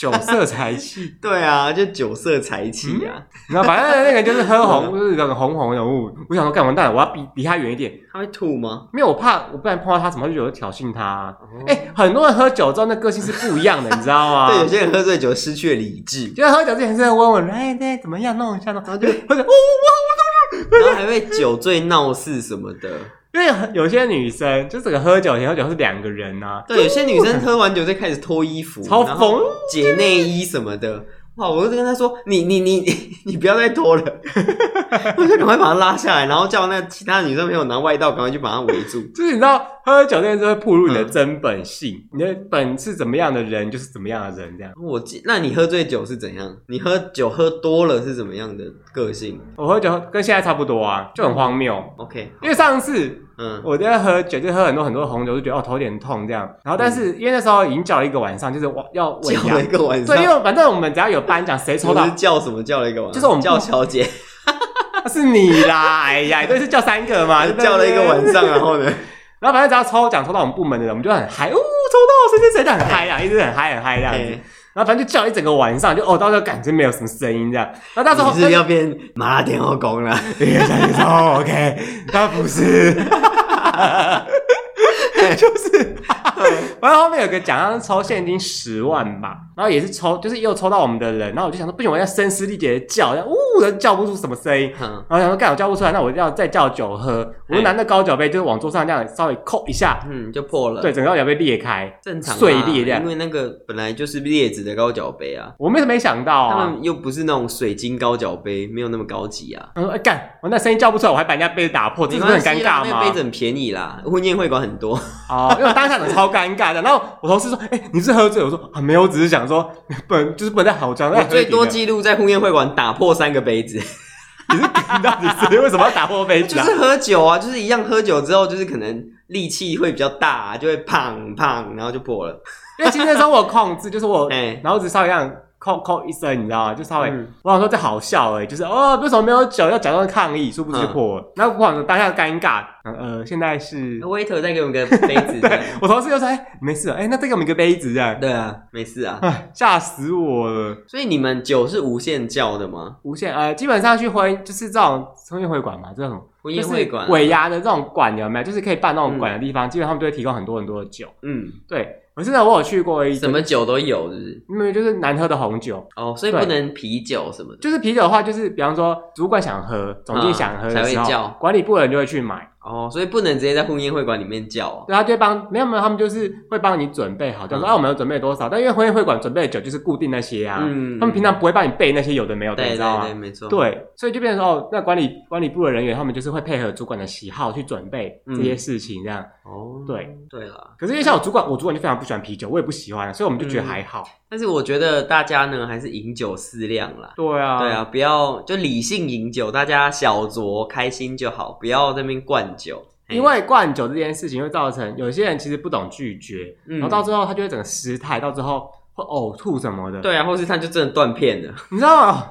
[SPEAKER 1] 酒色财气。
[SPEAKER 2] 对啊，就酒色财气啊，
[SPEAKER 1] 然后反正那个人就是喝红，就是很红红的我我想说，干完蛋了，我要避离他远一点，
[SPEAKER 2] 他会吐吗？
[SPEAKER 1] 没有我怕，我不然碰到他什么就有人挑衅他、啊。哎、很多人喝酒之后，那个性是不一样的，你知道吗？
[SPEAKER 2] 哦 [laughs] 对，有，些人喝醉酒失去了理 [laughs] 智，
[SPEAKER 1] 就是喝酒之前是很温文，哎，对，怎么样弄一下弄，
[SPEAKER 2] 然后就
[SPEAKER 1] 或者哦，哇
[SPEAKER 2] 然后还会酒醉闹事什么的。
[SPEAKER 1] 因为很有些女生就整个喝酒前喝酒是两个人呐、
[SPEAKER 2] 对，有些女生喝完酒就开始脱衣服，
[SPEAKER 1] 超
[SPEAKER 2] 嗯然后
[SPEAKER 1] 疯
[SPEAKER 2] 解内衣什么的。哇！我就跟他说：“你你你你不要再脱了。”我就赶快把他拉下来，然后叫那其他女生朋友拿外道，赶快去把他围住。
[SPEAKER 1] 就是你知道喝酒这件事会暴露你的真本性，
[SPEAKER 2] 嗯
[SPEAKER 1] 你的本是怎么样的人就是怎么样的人这样。
[SPEAKER 2] 我记，那你喝醉酒是怎样？你喝酒喝多了是怎么样的个性
[SPEAKER 1] 我喝酒跟现在差不多啊，就很荒谬，
[SPEAKER 2] ？OK，
[SPEAKER 1] 因为上次
[SPEAKER 2] 嗯，
[SPEAKER 1] 我在喝酒，就喝很多很多红酒，就觉得哦头有点痛这样。然后但是
[SPEAKER 2] 嗯
[SPEAKER 1] 因为那时候已经叫了一个晚上，就是我要尾
[SPEAKER 2] 叫
[SPEAKER 1] 牙
[SPEAKER 2] 了一，个晚上，
[SPEAKER 1] 对，因为反正我们只要有颁奖，谁抽
[SPEAKER 2] 我
[SPEAKER 1] 到
[SPEAKER 2] 是叫什么叫了一个晚上，
[SPEAKER 1] 就是我们
[SPEAKER 2] 叫小姐，
[SPEAKER 1] 是你啦。 [laughs] 哎呀，对，是叫三个嘛，对不对
[SPEAKER 2] 叫了一个晚。上，然后呢，
[SPEAKER 1] 然后反正只要抽奖抽到我们部门的人，我们就很嗨，哦，抽到谁谁谁就很嗨啊，一直很嗨很嗨这样子。
[SPEAKER 2] 哎
[SPEAKER 1] 然后反正就叫了一整个晚上，就哦到时候感觉没有什么声音这样。然后到时候 [laughs]
[SPEAKER 2] 你是要变麻辣电话工了？
[SPEAKER 1] 别想抽
[SPEAKER 2] 哦
[SPEAKER 1] OK，他不是，就是，然后后面有个奖，好像是抽现金十万吧，然后也是抽，就是又抽到我们的人，然后我就想说，不行，我要声嘶力竭的叫，然后呜的叫不出什么声音。
[SPEAKER 2] 嗯
[SPEAKER 1] 然后想说，干我叫不出来，那我要再叫酒喝。我就拿那高脚杯，就是往桌上这样稍微扣一下，
[SPEAKER 2] 嗯，就破了，
[SPEAKER 1] 对，，整个高脚杯裂开，
[SPEAKER 2] 正常啊
[SPEAKER 1] 碎裂这样
[SPEAKER 2] 因。为那个本来就是劣质的高脚杯啊，
[SPEAKER 1] 我没没想到
[SPEAKER 2] 他
[SPEAKER 1] 啊，
[SPEAKER 2] 们又不是那种水晶高脚杯，没有那么高级啊。
[SPEAKER 1] 他说：“哎干，我那声音叫不出来，我还把人家杯子打破，这
[SPEAKER 2] 没
[SPEAKER 1] 不是很
[SPEAKER 2] 关系啦
[SPEAKER 1] 尴尬
[SPEAKER 2] 那
[SPEAKER 1] 吗？”
[SPEAKER 2] 个杯子很便宜
[SPEAKER 1] [laughs]
[SPEAKER 2] 啦，婚宴会馆很多。
[SPEAKER 1] 哦，因为我当下真的超尴尬的。然后我同事说：“哎、你是喝醉？”我说：“啊，没有，我只是想说，不能就是不能再好装。”
[SPEAKER 2] 我最多记录在婚宴会馆打破三个杯子，
[SPEAKER 1] 你是你到底是为 [laughs] 什么要打破杯子
[SPEAKER 2] [laughs] 就
[SPEAKER 1] 啊？
[SPEAKER 2] 是喝酒啊，就是一样喝酒之后，就是可能力气会比较大啊、就会胖胖，然后就破了。
[SPEAKER 1] 因为今天说我有控制，就是我，
[SPEAKER 2] 哎
[SPEAKER 1] 然后只稍微这样扣扣一声，你知道吗？就稍微，
[SPEAKER 2] 嗯
[SPEAKER 1] 我想说欸
[SPEAKER 2] 嗯
[SPEAKER 1] 这好笑而已，就是哦，为什么没有酒要假装抗议，殊不知就破了。然后我想说当下尴尬，呃，现在是，
[SPEAKER 2] waiter 再给我们个杯子这
[SPEAKER 1] [laughs] 对
[SPEAKER 2] 样。
[SPEAKER 1] 我同事就说，哎，没事了，哎，那再给我们一个杯子这样，
[SPEAKER 2] 对啊，没事啊。
[SPEAKER 1] 哎，吓死我了。
[SPEAKER 2] 所以你们酒是无限叫的吗？
[SPEAKER 1] 无限呃，基本上去婚就是这种婚宴会馆嘛，这种
[SPEAKER 2] 婚
[SPEAKER 1] 就
[SPEAKER 2] 宴会
[SPEAKER 1] 是
[SPEAKER 2] 馆啊、
[SPEAKER 1] 尾牙的这种馆有没有？就是可以办那种馆的地方，基本上他们就会提供很多很多的酒。
[SPEAKER 2] 嗯，
[SPEAKER 1] 对，可是呢，我有去过一
[SPEAKER 2] 什么酒都有，是不是？
[SPEAKER 1] 因为就是难喝的红酒，
[SPEAKER 2] 哦，所以
[SPEAKER 1] 对
[SPEAKER 2] 不能啤酒什么的。啊
[SPEAKER 1] 就是啤酒的话，就是比方说主管想喝，总经理想喝的时
[SPEAKER 2] 嗯才会
[SPEAKER 1] 候，
[SPEAKER 2] 叫
[SPEAKER 1] 管理部的人就会去买，
[SPEAKER 2] 哦，所以不能直接在婚宴会馆里面叫哦。
[SPEAKER 1] 对，他就会帮没有没有，他们就是会帮你准备好，就说、
[SPEAKER 2] 嗯
[SPEAKER 1] 啊我们有准备多少，但因为婚宴会馆准备的酒就是固定那些啊，
[SPEAKER 2] 嗯
[SPEAKER 1] 他们平常不会帮你备那些有的没有的，你
[SPEAKER 2] 对对
[SPEAKER 1] 知道
[SPEAKER 2] 对，
[SPEAKER 1] 吗？
[SPEAKER 2] 没错。，
[SPEAKER 1] 啊对，所以就变成说，哦，那管理管理部的人员他们就是会配合主管的喜好去准备
[SPEAKER 2] 嗯
[SPEAKER 1] 这些事情，这样。
[SPEAKER 2] 哦，
[SPEAKER 1] 对
[SPEAKER 2] 对啦。
[SPEAKER 1] 可是因为像我主管，我主管就非常不喜欢啤酒，我也不喜欢，啊所以我们就觉
[SPEAKER 2] 嗯
[SPEAKER 1] 得还好。
[SPEAKER 2] 但是我觉得大家呢还是饮酒适量啦。
[SPEAKER 1] 对啊，
[SPEAKER 2] 对啊，，不要就理性饮酒，大家小酌开心就好，不要在那边灌酒。嘿
[SPEAKER 1] 因为灌酒这件事情会造成有些人其实不懂拒绝，
[SPEAKER 2] 嗯
[SPEAKER 1] 然后到最后他就会整个失态，到最后会呕吐什么的。，
[SPEAKER 2] 对啊，或是他就真的断片了。
[SPEAKER 1] 你知道吗？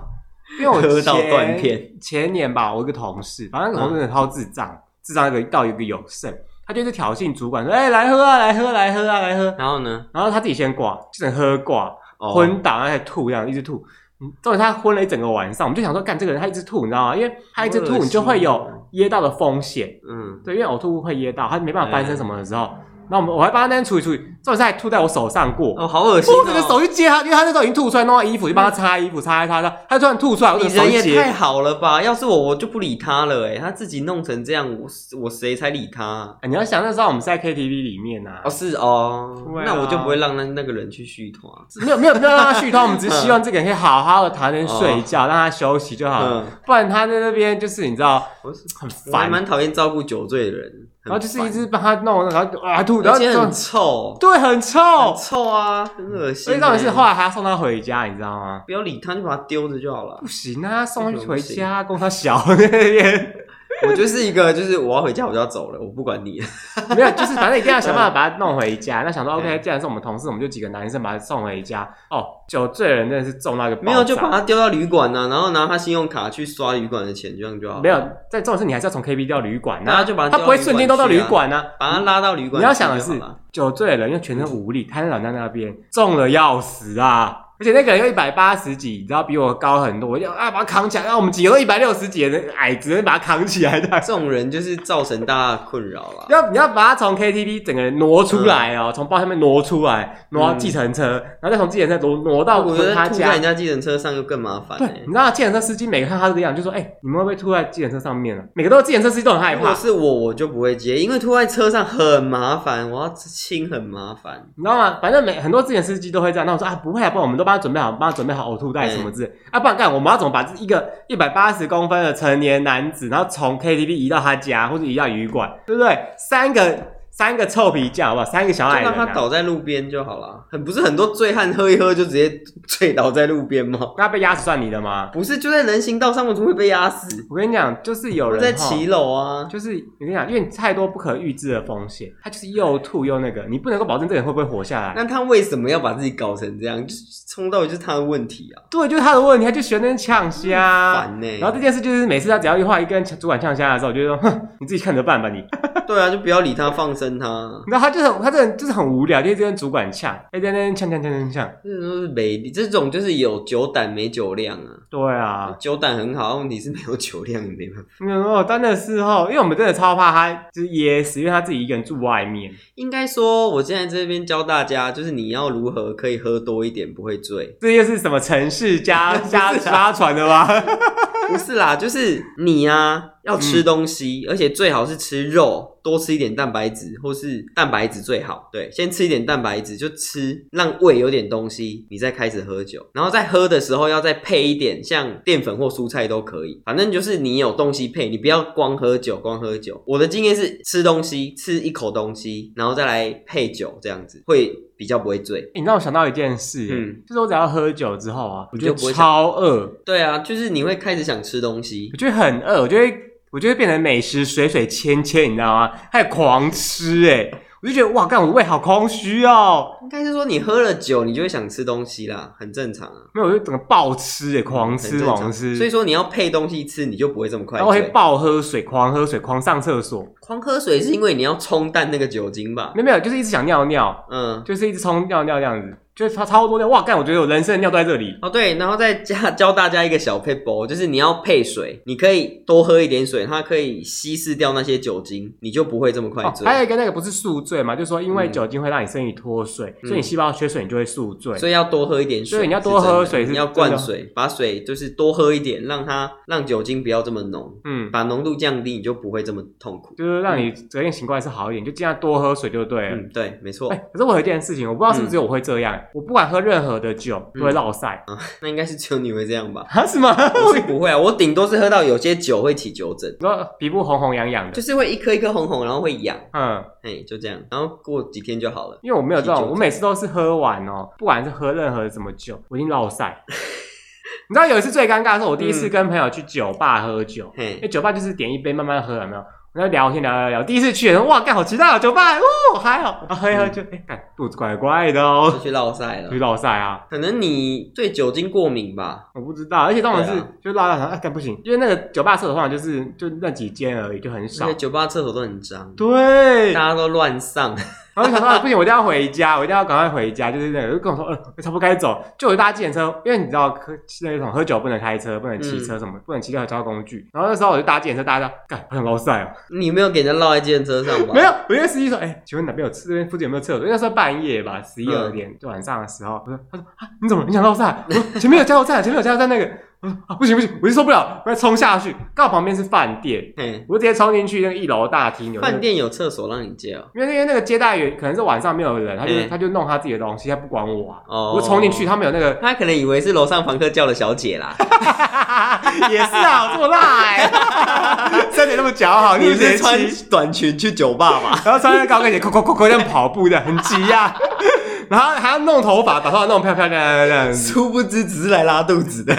[SPEAKER 1] 因为我
[SPEAKER 2] [laughs] 喝
[SPEAKER 1] 前
[SPEAKER 2] 到断片嗯
[SPEAKER 1] 前年吧，我一个同事，反正那个同事很超智障，智障一个到一个有剩，他就是挑衅主管说：“哎、来喝啊，来喝，来喝啊，来喝。
[SPEAKER 2] 然后呢”？
[SPEAKER 1] 然后他自己先挂，就能喝挂，
[SPEAKER 2] 哦
[SPEAKER 1] 昏倒，然后还吐，这样一直吐。嗯重点他昏了一整个晚上，我们就想说，干这个人他一直吐，你知道吗？因为他一直
[SPEAKER 2] 好
[SPEAKER 1] 吐，
[SPEAKER 2] 恶心
[SPEAKER 1] 你就会有噎到的风险。
[SPEAKER 2] 嗯，
[SPEAKER 1] 对，因为呕吐物会噎到，他没办法翻身什么的时候，那我们我还帮他那边处理处理，重点是还吐在我手上过，
[SPEAKER 2] 哦，好恶心、哦！
[SPEAKER 1] 我整个手去接他，因为他那时候已经吐出来，弄到衣服就帮他擦衣服，擦一擦擦，他突然吐出来，我
[SPEAKER 2] 你
[SPEAKER 1] 整个手
[SPEAKER 2] 人
[SPEAKER 1] 一
[SPEAKER 2] 也太
[SPEAKER 1] 接，
[SPEAKER 2] 好了吧？要是我，我就不理他了、欸。哎，他自己弄成这样，我我谁才理他啊、
[SPEAKER 1] 哎你要想那时候我们是在 KTV 里面呐、
[SPEAKER 2] 哦，是哦，
[SPEAKER 1] 对啊
[SPEAKER 2] 那我就不会让那那个人去续团。
[SPEAKER 1] 没有没有没有让他续通，我们只是希望这个人可以好好的躺在那边睡觉，让他休息就好了，
[SPEAKER 2] 嗯，
[SPEAKER 1] 不然他在那边就是你知道
[SPEAKER 2] 我是
[SPEAKER 1] 很
[SPEAKER 2] 我还
[SPEAKER 1] 烦，
[SPEAKER 2] 蛮讨厌照顾酒醉的人，
[SPEAKER 1] 然后就是一
[SPEAKER 2] 很
[SPEAKER 1] 直帮他弄，然后就啊吐，然
[SPEAKER 2] 烦，而
[SPEAKER 1] 后
[SPEAKER 2] 且很
[SPEAKER 1] 就
[SPEAKER 2] 臭，
[SPEAKER 1] 对很臭，
[SPEAKER 2] 很臭啊，很恶心、
[SPEAKER 1] 所
[SPEAKER 2] 欸。
[SPEAKER 1] 以重点是后来还要送他回家，你知道吗？
[SPEAKER 2] 不要理他，就把他丢着就好了
[SPEAKER 1] 不。行啊，送他
[SPEAKER 2] 为
[SPEAKER 1] 回
[SPEAKER 2] 什么不行
[SPEAKER 1] 家，供他小 [laughs] 那边
[SPEAKER 2] [laughs] 我就是一个，就是我要回家，我就要走了，我不管你。
[SPEAKER 1] [laughs] 没有，就是反正一定要想办法把他弄回家。那想说，OK，
[SPEAKER 2] 嗯
[SPEAKER 1] 既然是我们同事，我们就几个男生把他送回家。哦，酒醉的人真的是重到一个爆炸
[SPEAKER 2] 没有，就把他丢到旅馆呐、然后拿他信用卡去刷旅馆的钱，这样就好了。
[SPEAKER 1] 没有。但重点是你还是要从 KTV 调旅馆
[SPEAKER 2] 大家
[SPEAKER 1] 啊，
[SPEAKER 2] 就把
[SPEAKER 1] 他
[SPEAKER 2] 他丢
[SPEAKER 1] 不
[SPEAKER 2] 到
[SPEAKER 1] 会瞬间都到
[SPEAKER 2] 去
[SPEAKER 1] 旅
[SPEAKER 2] 啊，
[SPEAKER 1] 馆啊。
[SPEAKER 2] 把他拉到旅馆。
[SPEAKER 1] 你要想的
[SPEAKER 2] 就好
[SPEAKER 1] 是
[SPEAKER 2] 了，
[SPEAKER 1] 酒醉的人又全身无力，瘫软在那边，重的要死啊！而且那个人又一百八十几，你知道比我高很多，我就啊把他扛起来。啊，我们几个都一百六十几的人矮子，只能把他扛起来的。
[SPEAKER 2] 这种人就是造成大家的困扰了。
[SPEAKER 1] 要你要把他从 KTV 整个人挪出来哦，从包下面挪出来，挪到计程车，然后再从计程车挪挪到
[SPEAKER 2] 嗯我觉得
[SPEAKER 1] 回他
[SPEAKER 2] 吐在
[SPEAKER 1] 家
[SPEAKER 2] 人。家计程车上又更麻烦、
[SPEAKER 1] 对，
[SPEAKER 2] 欸
[SPEAKER 1] 你。知道计程车司机每个看他这个样，就说：“哎、你们会不会吐在计程车上面了？”每个都是计程车司机都很害
[SPEAKER 2] 如果
[SPEAKER 1] 怕，
[SPEAKER 2] 是我，我就不会接，因为吐在车上很麻烦，我要清很麻烦。
[SPEAKER 1] 你知道吗？反正每很多计程司机都会这样。那我说啊，不会啊，不然我们都帮他准备好，帮他准备好呕吐袋什么之类、啊，不然干我们要怎么把这一个一百八十公分的成年男子，然后从 KTV 移到他家或者移到旅馆，对不对？三个三个臭皮匠，好不好？三个小
[SPEAKER 2] 就
[SPEAKER 1] 矮人、
[SPEAKER 2] 让他
[SPEAKER 1] 啊，
[SPEAKER 2] 倒在路边就好了。很不是很多醉汉喝一喝就直接醉倒在路边吗？
[SPEAKER 1] 那被压死算你的吗？
[SPEAKER 2] 不是，就在人行道上，我怎么会被压死？
[SPEAKER 1] 我跟你讲，就是有
[SPEAKER 2] 我
[SPEAKER 1] 人
[SPEAKER 2] 在
[SPEAKER 1] 齁
[SPEAKER 2] 骑楼啊。
[SPEAKER 1] 就是我跟你讲，因为你太多不可预知的风险，他就是又吐又那个，你不能够保证这个人会不会活下来。
[SPEAKER 2] 那他为什么要把自己搞成这样？就是冲到底就是他的问题啊，
[SPEAKER 1] 对，就是他的问题，他就喜欢跟人呛虾。
[SPEAKER 2] 嗯烦呢、欸
[SPEAKER 1] 然后这件事就是每次他只要一话一跟主管呛虾的时候，我就说哼，你自己看着办吧你。
[SPEAKER 2] 对啊，就不要理他，放生他。
[SPEAKER 1] 然后他就是他这人就是很无聊，就一直跟主管呛，哎在那边呛呛呛呛呛。
[SPEAKER 2] 这种是没理，这种就是有酒胆没酒量啊。
[SPEAKER 1] 对啊，
[SPEAKER 2] 酒胆很好，问题是没有酒量也没办法。
[SPEAKER 1] 那哦，但那时候，因为我们真的超怕他就是噎死，因为他自己一个人住外面。。
[SPEAKER 2] 应该说，我现在这边教大家，就是你要如何可以喝多一点不会醉
[SPEAKER 1] 这又是什么城市加加
[SPEAKER 2] 不是啊
[SPEAKER 1] 发传的吗？
[SPEAKER 2] [laughs] 不是啦，就是你啊，要吃东西，而且最好是吃肉，多吃一点蛋白质，或是蛋白质最好。对，先吃一点蛋白质，就吃让胃有点东西，你再开始喝酒。然后在喝的时候要再配一点，像淀粉或蔬菜都可以，反正就是你有东西配，你不要光喝酒，光喝酒。我的经验是吃东西，吃一口东西，然后再来配酒，这样子会比较不会醉。
[SPEAKER 1] 欸你让我想到一件事、
[SPEAKER 2] 嗯
[SPEAKER 1] 就是我只要喝酒之后啊，我
[SPEAKER 2] 你
[SPEAKER 1] 觉
[SPEAKER 2] 就
[SPEAKER 1] 得
[SPEAKER 2] 不会想
[SPEAKER 1] 超饿，
[SPEAKER 2] 对啊，就是你会开始想吃东西
[SPEAKER 1] 我，觉得很饿，我就会我就会变成美食水水芊芊，你知道吗？还狂吃哎、我就觉得哇，干我的胃好空虚哦，
[SPEAKER 2] 应该是说你喝了酒，你就会想吃东西啦，很正常啊，
[SPEAKER 1] 没有，我就整个暴吃哎，狂
[SPEAKER 2] 很
[SPEAKER 1] 吃
[SPEAKER 2] 正
[SPEAKER 1] 狂
[SPEAKER 2] 常
[SPEAKER 1] 吃，
[SPEAKER 2] 所以说你要配东西吃，你就不会这么快
[SPEAKER 1] 然后会
[SPEAKER 2] 醉。
[SPEAKER 1] 暴喝水，狂喝水，狂上厕所，
[SPEAKER 2] 狂喝水是因为你要冲淡那个酒精吧？
[SPEAKER 1] 没有没有，就是一直想尿尿，
[SPEAKER 2] 嗯，
[SPEAKER 1] 就是一直冲尿尿这样子，就是超超多尿，哇，干，我觉得我人生的尿都在这里，
[SPEAKER 2] 哦对，然后再加教大家一个小 p a p e 就是你要配水，你可以多喝一点水，它可以稀释掉那些酒精，你就不会这么快
[SPEAKER 1] 哦，
[SPEAKER 2] 醉。
[SPEAKER 1] 还有一个那个不是宿醉嘛，就是说因为
[SPEAKER 2] 嗯
[SPEAKER 1] 酒精会让你身体脱水，所以你细胞缺水，你就会宿醉。
[SPEAKER 2] 所以要多喝一点水，
[SPEAKER 1] 对你要多喝水
[SPEAKER 2] 是真的
[SPEAKER 1] 是
[SPEAKER 2] 你要
[SPEAKER 1] 真
[SPEAKER 2] 灌
[SPEAKER 1] 的
[SPEAKER 2] 水，把水就是多喝一点，让它让酒精不要这么浓，
[SPEAKER 1] 嗯，
[SPEAKER 2] 把浓度降低，你就不会这么痛苦。
[SPEAKER 1] 就是让你隔天醒过来是好一点，就尽量多喝水就对了。
[SPEAKER 2] 嗯，对，没错
[SPEAKER 1] 哎、，可是我有一件事情，我不知道是不是只有我会这样，
[SPEAKER 2] 嗯
[SPEAKER 1] 我不管喝任何的酒都会落腮、
[SPEAKER 2] 那应该是只有你会这样吧？
[SPEAKER 1] 啊？是 [laughs] 吗？
[SPEAKER 2] 我嗯是不会啊，我顶多是喝到有些酒会起酒疹，
[SPEAKER 1] 你说皮肤红红痒痒的
[SPEAKER 2] 就，是会一颗一颗红红，然后会痒，
[SPEAKER 1] 嗯，
[SPEAKER 2] 哎，就这样，然后过几天就好了。
[SPEAKER 1] 因为我没有这
[SPEAKER 2] 啤酒
[SPEAKER 1] 种，
[SPEAKER 2] 疹
[SPEAKER 1] 我每次都是喝完哦，不管是喝任何什么酒，我一定落腮。 [laughs] 你知道有一次最尴尬的是，我第一次跟朋友去酒吧喝酒，因为
[SPEAKER 2] 嘿，
[SPEAKER 1] 酒吧就是点一杯慢慢喝，有没有？我在聊天聊聊聊，第一次去，哇，干好期待哦，酒吧，哦，嗨哦，然后喝一喝就，哎、干肚子怪怪的
[SPEAKER 2] 就
[SPEAKER 1] 哦，
[SPEAKER 2] 去落晒了
[SPEAKER 1] 就。落腮啊。
[SPEAKER 2] 可能你对酒精过敏吧？
[SPEAKER 1] 我不知道，而且当然是、
[SPEAKER 2] 对啊
[SPEAKER 1] 就落到想，哎、干不行，因为那个酒吧厕所的话就是就那几间而已，就很少
[SPEAKER 2] 而且。酒吧厕所都很脏，
[SPEAKER 1] 对，然
[SPEAKER 2] 大家都乱上。
[SPEAKER 1] 后想说、啊、不行，我一定要回家，我一定要赶快回家，就是那个就跟我说，呃，差不多该走，就我就搭计程车，因为你知道喝那种喝酒不能开车，不能骑
[SPEAKER 2] 嗯
[SPEAKER 1] 车什么，不能骑任何交通工具。然后那时候我就搭计程车，大家干，好想捞晒哦，
[SPEAKER 2] 你没有给人家落在计程车上吧？
[SPEAKER 1] 没有，我就跟司机说，哎、请问哪边有这边附近有没有厕所？因为那时候半夜吧，十一
[SPEAKER 2] 嗯
[SPEAKER 1] 二点、就晚上的时候，我说，他说啊，你怎么了你想到站？我说前面有加油站，前面有加油站那个。我说啊，不行不行，我就受不了，我要冲下去。刚好旁边是饭店，
[SPEAKER 2] 嘿，
[SPEAKER 1] 我就直接冲进去那个一楼大厅有、那个
[SPEAKER 2] 饭，店有厕所让你借哦。
[SPEAKER 1] 因为因为那个接待员可能是晚上没有人，他就、
[SPEAKER 2] 嗯
[SPEAKER 1] 他就弄他自己的东西，他不管我啊。
[SPEAKER 2] 哦
[SPEAKER 1] 我就冲进去，，他们有那
[SPEAKER 2] [laughs]
[SPEAKER 1] 个
[SPEAKER 2] 他可能以为是楼上房客叫的小
[SPEAKER 1] [laughs]
[SPEAKER 2] 姐啦。
[SPEAKER 1] 也是啊，我这么辣哎、 [laughs] 三点那么脚好，
[SPEAKER 2] 你
[SPEAKER 1] 你
[SPEAKER 2] 不欸是
[SPEAKER 1] 是
[SPEAKER 2] 穿
[SPEAKER 1] 穿，
[SPEAKER 2] 短裙去酒吧
[SPEAKER 1] [laughs]
[SPEAKER 2] 吗？
[SPEAKER 1] 然后穿那个高跟鞋，扣扣扣扣这样跑步的，很急呀、啊。然后还要弄头发，把头发弄漂漂亮亮这样子。 [laughs]
[SPEAKER 2] 殊不知只是来拉肚子的。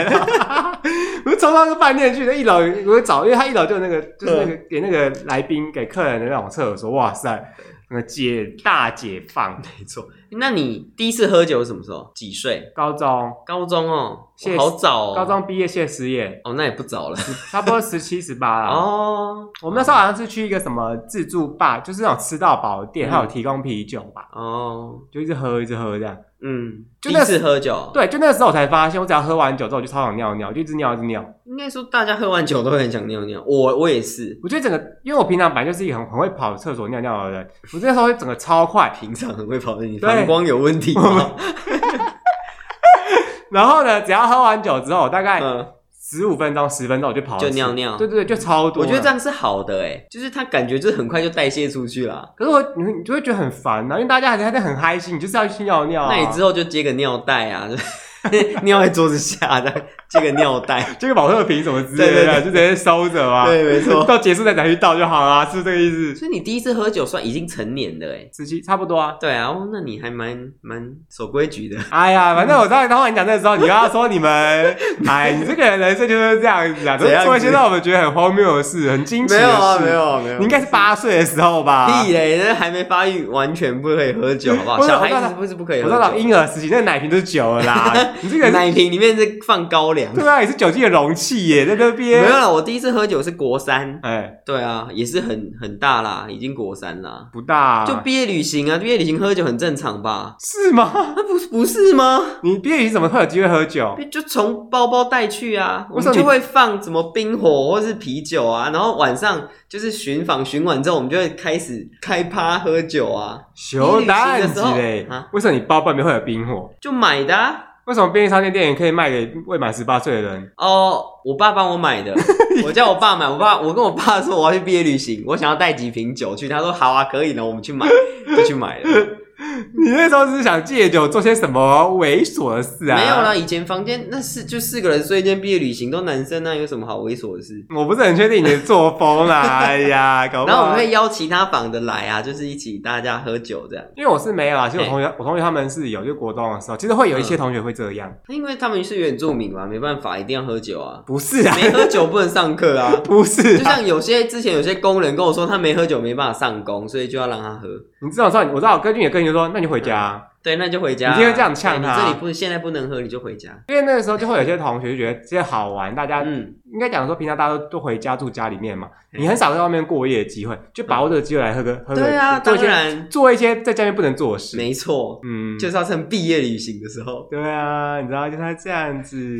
[SPEAKER 1] 我就冲到那个饭店去，那一楼我就找，因为他一楼就有那个就是那个
[SPEAKER 2] 嗯
[SPEAKER 1] 给那个来宾给客人的那种厕所，哇塞，那个解大解放。
[SPEAKER 2] 没错，那你第一次喝酒是什么时候？几岁？
[SPEAKER 1] 高中
[SPEAKER 2] 高中哦，
[SPEAKER 1] 谢
[SPEAKER 2] 哇好早哦。
[SPEAKER 1] 高中毕业谢失业，
[SPEAKER 2] 哦，那也不早
[SPEAKER 1] [laughs]
[SPEAKER 2] 了。
[SPEAKER 1] 差不多十七十八啦。
[SPEAKER 2] 哦
[SPEAKER 1] 我们那时候好像是去一个什么自助吧，就是那种吃到饱的店，
[SPEAKER 2] 嗯
[SPEAKER 1] 它有提供啤酒吧，
[SPEAKER 2] 哦，
[SPEAKER 1] 就一直喝一直喝这样。
[SPEAKER 2] 嗯，
[SPEAKER 1] 就
[SPEAKER 2] 第一
[SPEAKER 1] 那
[SPEAKER 2] 次喝酒，，
[SPEAKER 1] 对，就那时候我才发现，我只要喝完酒之后，我就超想尿尿，就一直尿一直尿。
[SPEAKER 2] 应该说大家喝完酒都会很想尿尿，我我也是，
[SPEAKER 1] 我觉得整个，因为我平常本来就是一个很很会跑厕所尿尿的人，我那时候会整个超快。
[SPEAKER 2] 平常很会跑的，你
[SPEAKER 1] 对
[SPEAKER 2] 膀胱有问题吗？
[SPEAKER 1] 然后呢，只要喝完酒之后，大概
[SPEAKER 2] 嗯，
[SPEAKER 1] 十五分钟、十分钟我就跑了
[SPEAKER 2] 就
[SPEAKER 1] 一次
[SPEAKER 2] 尿尿
[SPEAKER 1] 对对对，就超多。
[SPEAKER 2] 我觉得这，样是好的，哎，就是他感觉就是很快就代谢出去了。
[SPEAKER 1] 可是我你你就会觉得很烦啊呐、因为大家还在还在很开心，你就是要去尿尿、啊。
[SPEAKER 2] 那你之后就接个尿袋啊， [laughs] 就是尿在桌子下的，接个尿袋。
[SPEAKER 1] 这个保特瓶什么之类
[SPEAKER 2] 对
[SPEAKER 1] 的，
[SPEAKER 2] 对对
[SPEAKER 1] 就直接收着啊。
[SPEAKER 2] 对，
[SPEAKER 1] [laughs]
[SPEAKER 2] 没错。
[SPEAKER 1] 到结束再拿去倒就好啦，是不是这个意思？
[SPEAKER 2] 所以你第一次喝酒算已经成年了哎。
[SPEAKER 1] 十七差不多啊。
[SPEAKER 2] 对啊，哦那你还蛮蛮守规矩的。
[SPEAKER 1] 哎呀，反正我知道，当你讲这时候，你又要说你们，哎，你这个人人生就是这样子啊，都
[SPEAKER 2] 怎样
[SPEAKER 1] 是
[SPEAKER 2] 子
[SPEAKER 1] 做一些让我们觉得很荒谬的事，很惊奇的事。
[SPEAKER 2] 有啊没有
[SPEAKER 1] 你应该是八岁的时候吧？
[SPEAKER 2] 嗯屁嘞，那还没发育，完全不可以喝酒，好
[SPEAKER 1] 我
[SPEAKER 2] 不好？
[SPEAKER 1] 知道
[SPEAKER 2] 小
[SPEAKER 1] 我知道
[SPEAKER 2] 孩子不是不可以
[SPEAKER 1] 我知道
[SPEAKER 2] 喝酒。
[SPEAKER 1] 婴儿时期那个奶瓶都是酒了
[SPEAKER 2] [laughs]
[SPEAKER 1] 啦，你这个人
[SPEAKER 2] 奶瓶里面是放高粱。
[SPEAKER 1] 对啊，也是酒精的容器耶，在那
[SPEAKER 2] 没
[SPEAKER 1] 边
[SPEAKER 2] 有。啦，我第一次喝酒是国三，
[SPEAKER 1] 哎，
[SPEAKER 2] 对啊，也是很很大啦，已经国三啦，
[SPEAKER 1] 不大啊，
[SPEAKER 2] 就毕业旅行啊，毕业旅行喝酒很正常吧？啊
[SPEAKER 1] 是吗？
[SPEAKER 2] 那不不是吗？
[SPEAKER 1] 你毕业旅行怎么会有机会喝酒？
[SPEAKER 2] 就从包包带去啊，我
[SPEAKER 1] 为什么
[SPEAKER 2] 们
[SPEAKER 1] 你
[SPEAKER 2] 就会放什么冰火或是啤酒啊，然后晚上就是巡访巡完之后，我们就会开始开趴喝酒啊，
[SPEAKER 1] 熊蛋子
[SPEAKER 2] 毕业旅
[SPEAKER 1] 嘞
[SPEAKER 2] 行的时候啊！
[SPEAKER 1] 为什么你包包里面会有冰火？
[SPEAKER 2] 就买的、啊、
[SPEAKER 1] 为什么便利商店店员可以卖给未满十八岁的人？
[SPEAKER 2] 哦。我爸帮我
[SPEAKER 1] [laughs]
[SPEAKER 2] 买的，我叫我爸买，我爸我跟我爸说
[SPEAKER 1] [laughs]
[SPEAKER 2] 我要去毕业旅行，我想要带几瓶酒去，他说好啊，可以的，我们去买，就去买了。
[SPEAKER 1] 你那时候是想借酒做些什么猥琐的事啊？
[SPEAKER 2] 没有啦，，以前房间那是就四个人睡一间毕业旅行，都男生啊那有什么好猥琐的事？
[SPEAKER 1] 我不是很确定你的作风
[SPEAKER 2] [laughs]
[SPEAKER 1] 啦。哎呀，搞不
[SPEAKER 2] 然后我
[SPEAKER 1] 好
[SPEAKER 2] 们。会邀其他房的来啊，就是一起大家喝酒这样。
[SPEAKER 1] 因为我是没有啦，其实我同学我同学他们是有，就国中的时候，其实会有一些
[SPEAKER 2] 哎嗯
[SPEAKER 1] 同学会这样，
[SPEAKER 2] 因为他们是原住民嘛，没办法，一定要喝酒啊，
[SPEAKER 1] 不是啊，。
[SPEAKER 2] 没喝酒不能上课啊 [laughs]
[SPEAKER 1] 不是
[SPEAKER 2] 就
[SPEAKER 1] 啊，
[SPEAKER 2] 像有些之前有些工人跟我说，他没喝酒没办法上工，所以就要让他喝。
[SPEAKER 1] 你这种时候，我知道根据你的根据说，那你就回家啊，
[SPEAKER 2] 对，那就回家啊。
[SPEAKER 1] 你今天这样呛他
[SPEAKER 2] 对你这里不现在不能喝，你就回家。
[SPEAKER 1] 因为那个时候就会有些同学就觉得这些好玩，大家
[SPEAKER 2] 嗯，
[SPEAKER 1] 应该讲说，平常大家都都回家住家里面嘛，
[SPEAKER 2] 嗯
[SPEAKER 1] 你很少在外面过夜的机会，就把握这个机会来喝个喝个，
[SPEAKER 2] 对啊，
[SPEAKER 1] 做
[SPEAKER 2] 当
[SPEAKER 1] 一些
[SPEAKER 2] 然
[SPEAKER 1] 做一些在家里面不能做的事，
[SPEAKER 2] 没错，
[SPEAKER 1] 嗯，
[SPEAKER 2] 就是要趁毕业旅行的时候。
[SPEAKER 1] 对啊，你知道，就是他这样子。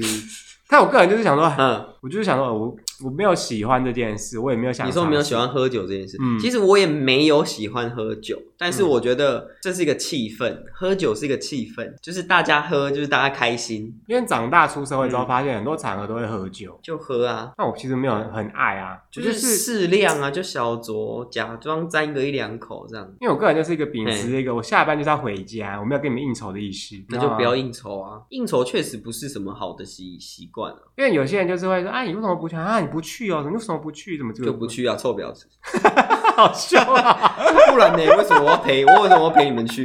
[SPEAKER 1] 但我个人就是想说，
[SPEAKER 2] 嗯，
[SPEAKER 1] 我就是想说，我我没有喜欢这件事，我也没有想
[SPEAKER 2] 你说没有喜
[SPEAKER 1] 尝
[SPEAKER 2] 欢喝酒这件事，
[SPEAKER 1] 嗯
[SPEAKER 2] 其实我也没有喜欢喝酒，但是
[SPEAKER 1] 嗯
[SPEAKER 2] 我觉得这是一个气氛，喝酒是一个气氛，就是大家喝，就是大家开心
[SPEAKER 1] 试，因为长大出社会之后，
[SPEAKER 2] 嗯
[SPEAKER 1] 发现很多场合都会喝酒，
[SPEAKER 2] 就喝啊。
[SPEAKER 1] 但我其实没有很很爱啊，
[SPEAKER 2] 就
[SPEAKER 1] 我就是
[SPEAKER 2] 适量啊，就小酌，假装沾个一两口这样，
[SPEAKER 1] 因为我个人就是一个秉持一个，我下班就是要回家，我没有跟你们应酬的意思，
[SPEAKER 2] 那就不要
[SPEAKER 1] 因。
[SPEAKER 2] 应酬啊。应酬确实不是什么好的习习惯啊，
[SPEAKER 1] 因为有些人就是会说，啊，你为什么不去啊？你不去哦，你为什么不去？怎么这个
[SPEAKER 2] 就不？去啊，臭婊子。
[SPEAKER 1] 好笑啊！
[SPEAKER 2] 不然呢？为什么我要陪？我为什么要陪你们去？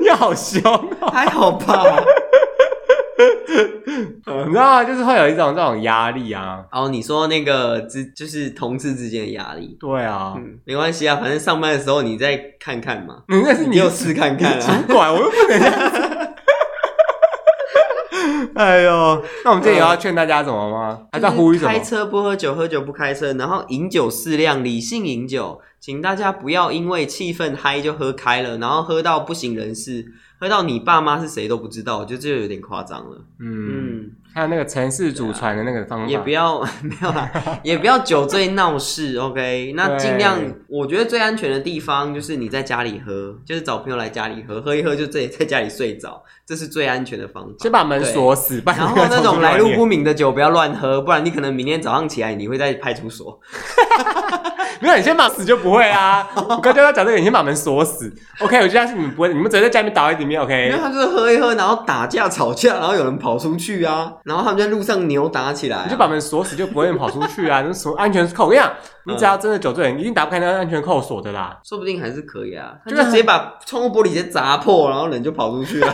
[SPEAKER 1] 你好凶哦！
[SPEAKER 2] [laughs] 还好吧。
[SPEAKER 1] [laughs] 你知道吗？就是会有一种这种压力啊。
[SPEAKER 2] 哦，你说那个之就是同志之间的压力，
[SPEAKER 1] 对啊，
[SPEAKER 2] 嗯，没关系啊，反正上班的时候你再看看嘛，
[SPEAKER 1] 你嗯那是
[SPEAKER 2] 你
[SPEAKER 1] 你
[SPEAKER 2] 就试看看啊。 [laughs]
[SPEAKER 1] 主管，我又不能这样子。 [laughs] 哎呦，那我们这里有要劝大家什么吗？还在呼吁什么
[SPEAKER 2] 开？车不喝酒，喝酒不开车，然后饮酒适量，理性饮酒，请大家不要因为气氛嗨就喝开了，然后喝到不省人事，喝到你爸妈是谁都不知道，我觉得这就有点夸张了。
[SPEAKER 1] 嗯，
[SPEAKER 2] 嗯，啊
[SPEAKER 1] 还有那个城市祖传的那个方法，
[SPEAKER 2] 也不要 [laughs] 没有
[SPEAKER 1] [laughs]
[SPEAKER 2] 啦，也不要酒醉闹事，OK？那尽量
[SPEAKER 1] 对，
[SPEAKER 2] 我觉得最安全的地方就是你在家里喝，就是找朋友来家里喝，喝一喝就自己在家里睡着，这是最安全的方法
[SPEAKER 1] 先。把门锁死，不
[SPEAKER 2] 然后那种来路不明的酒不要乱喝，不然你可能明天早上起来你会在派
[SPEAKER 1] [laughs]
[SPEAKER 2] 出所。
[SPEAKER 1] 没有，你先把死就不会啊。我刚才要讲这个，你先把门锁死。OK，我觉得是你们不会，你们只会在家里面倒在里面。
[SPEAKER 2] 因为
[SPEAKER 1] OK，
[SPEAKER 2] 他就是喝一喝，然后打架吵架，然后有人跑出去啊，然后他们在路上扭打起来啊、
[SPEAKER 1] 你就把门锁死，就不会有人跑出去啊。那锁安全扣，我跟你讲，
[SPEAKER 2] 嗯
[SPEAKER 1] 你只要真的酒醉，你一定打不开那个安全扣锁的啦。
[SPEAKER 2] 说不定还是可以啊，他
[SPEAKER 1] 就
[SPEAKER 2] 就是直接把窗户玻璃直接砸破，然后人就跑出去了。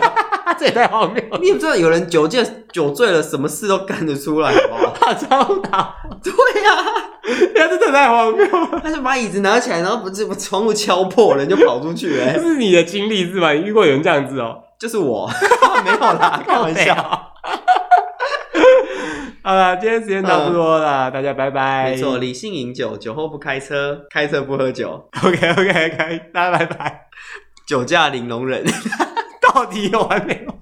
[SPEAKER 1] 啊，这也太荒谬了，
[SPEAKER 2] 你也不知道有人酒醉酒醉了，什么事都干得出来，好不好？
[SPEAKER 1] 怕超打，
[SPEAKER 2] [laughs] 对啊呀、
[SPEAKER 1] 这真的太荒谬了。
[SPEAKER 2] 啊，他就把椅子拿起来，然后不是把窗户敲破，人就跑出去、
[SPEAKER 1] 这
[SPEAKER 2] 哎，
[SPEAKER 1] 是你的经历是吗？你遇过有人这样子哦？
[SPEAKER 2] 就是 [laughs] 我，没有啦，开玩笑。
[SPEAKER 1] 笑。 [laughs] 好了，今天时间差不多了，大家拜拜。
[SPEAKER 2] 嗯没错，理性饮酒，酒后不开车，开车不喝酒，
[SPEAKER 1] ，OK OK OK，大家拜拜。
[SPEAKER 2] 酒驾零容忍。
[SPEAKER 1] 到底有完没有？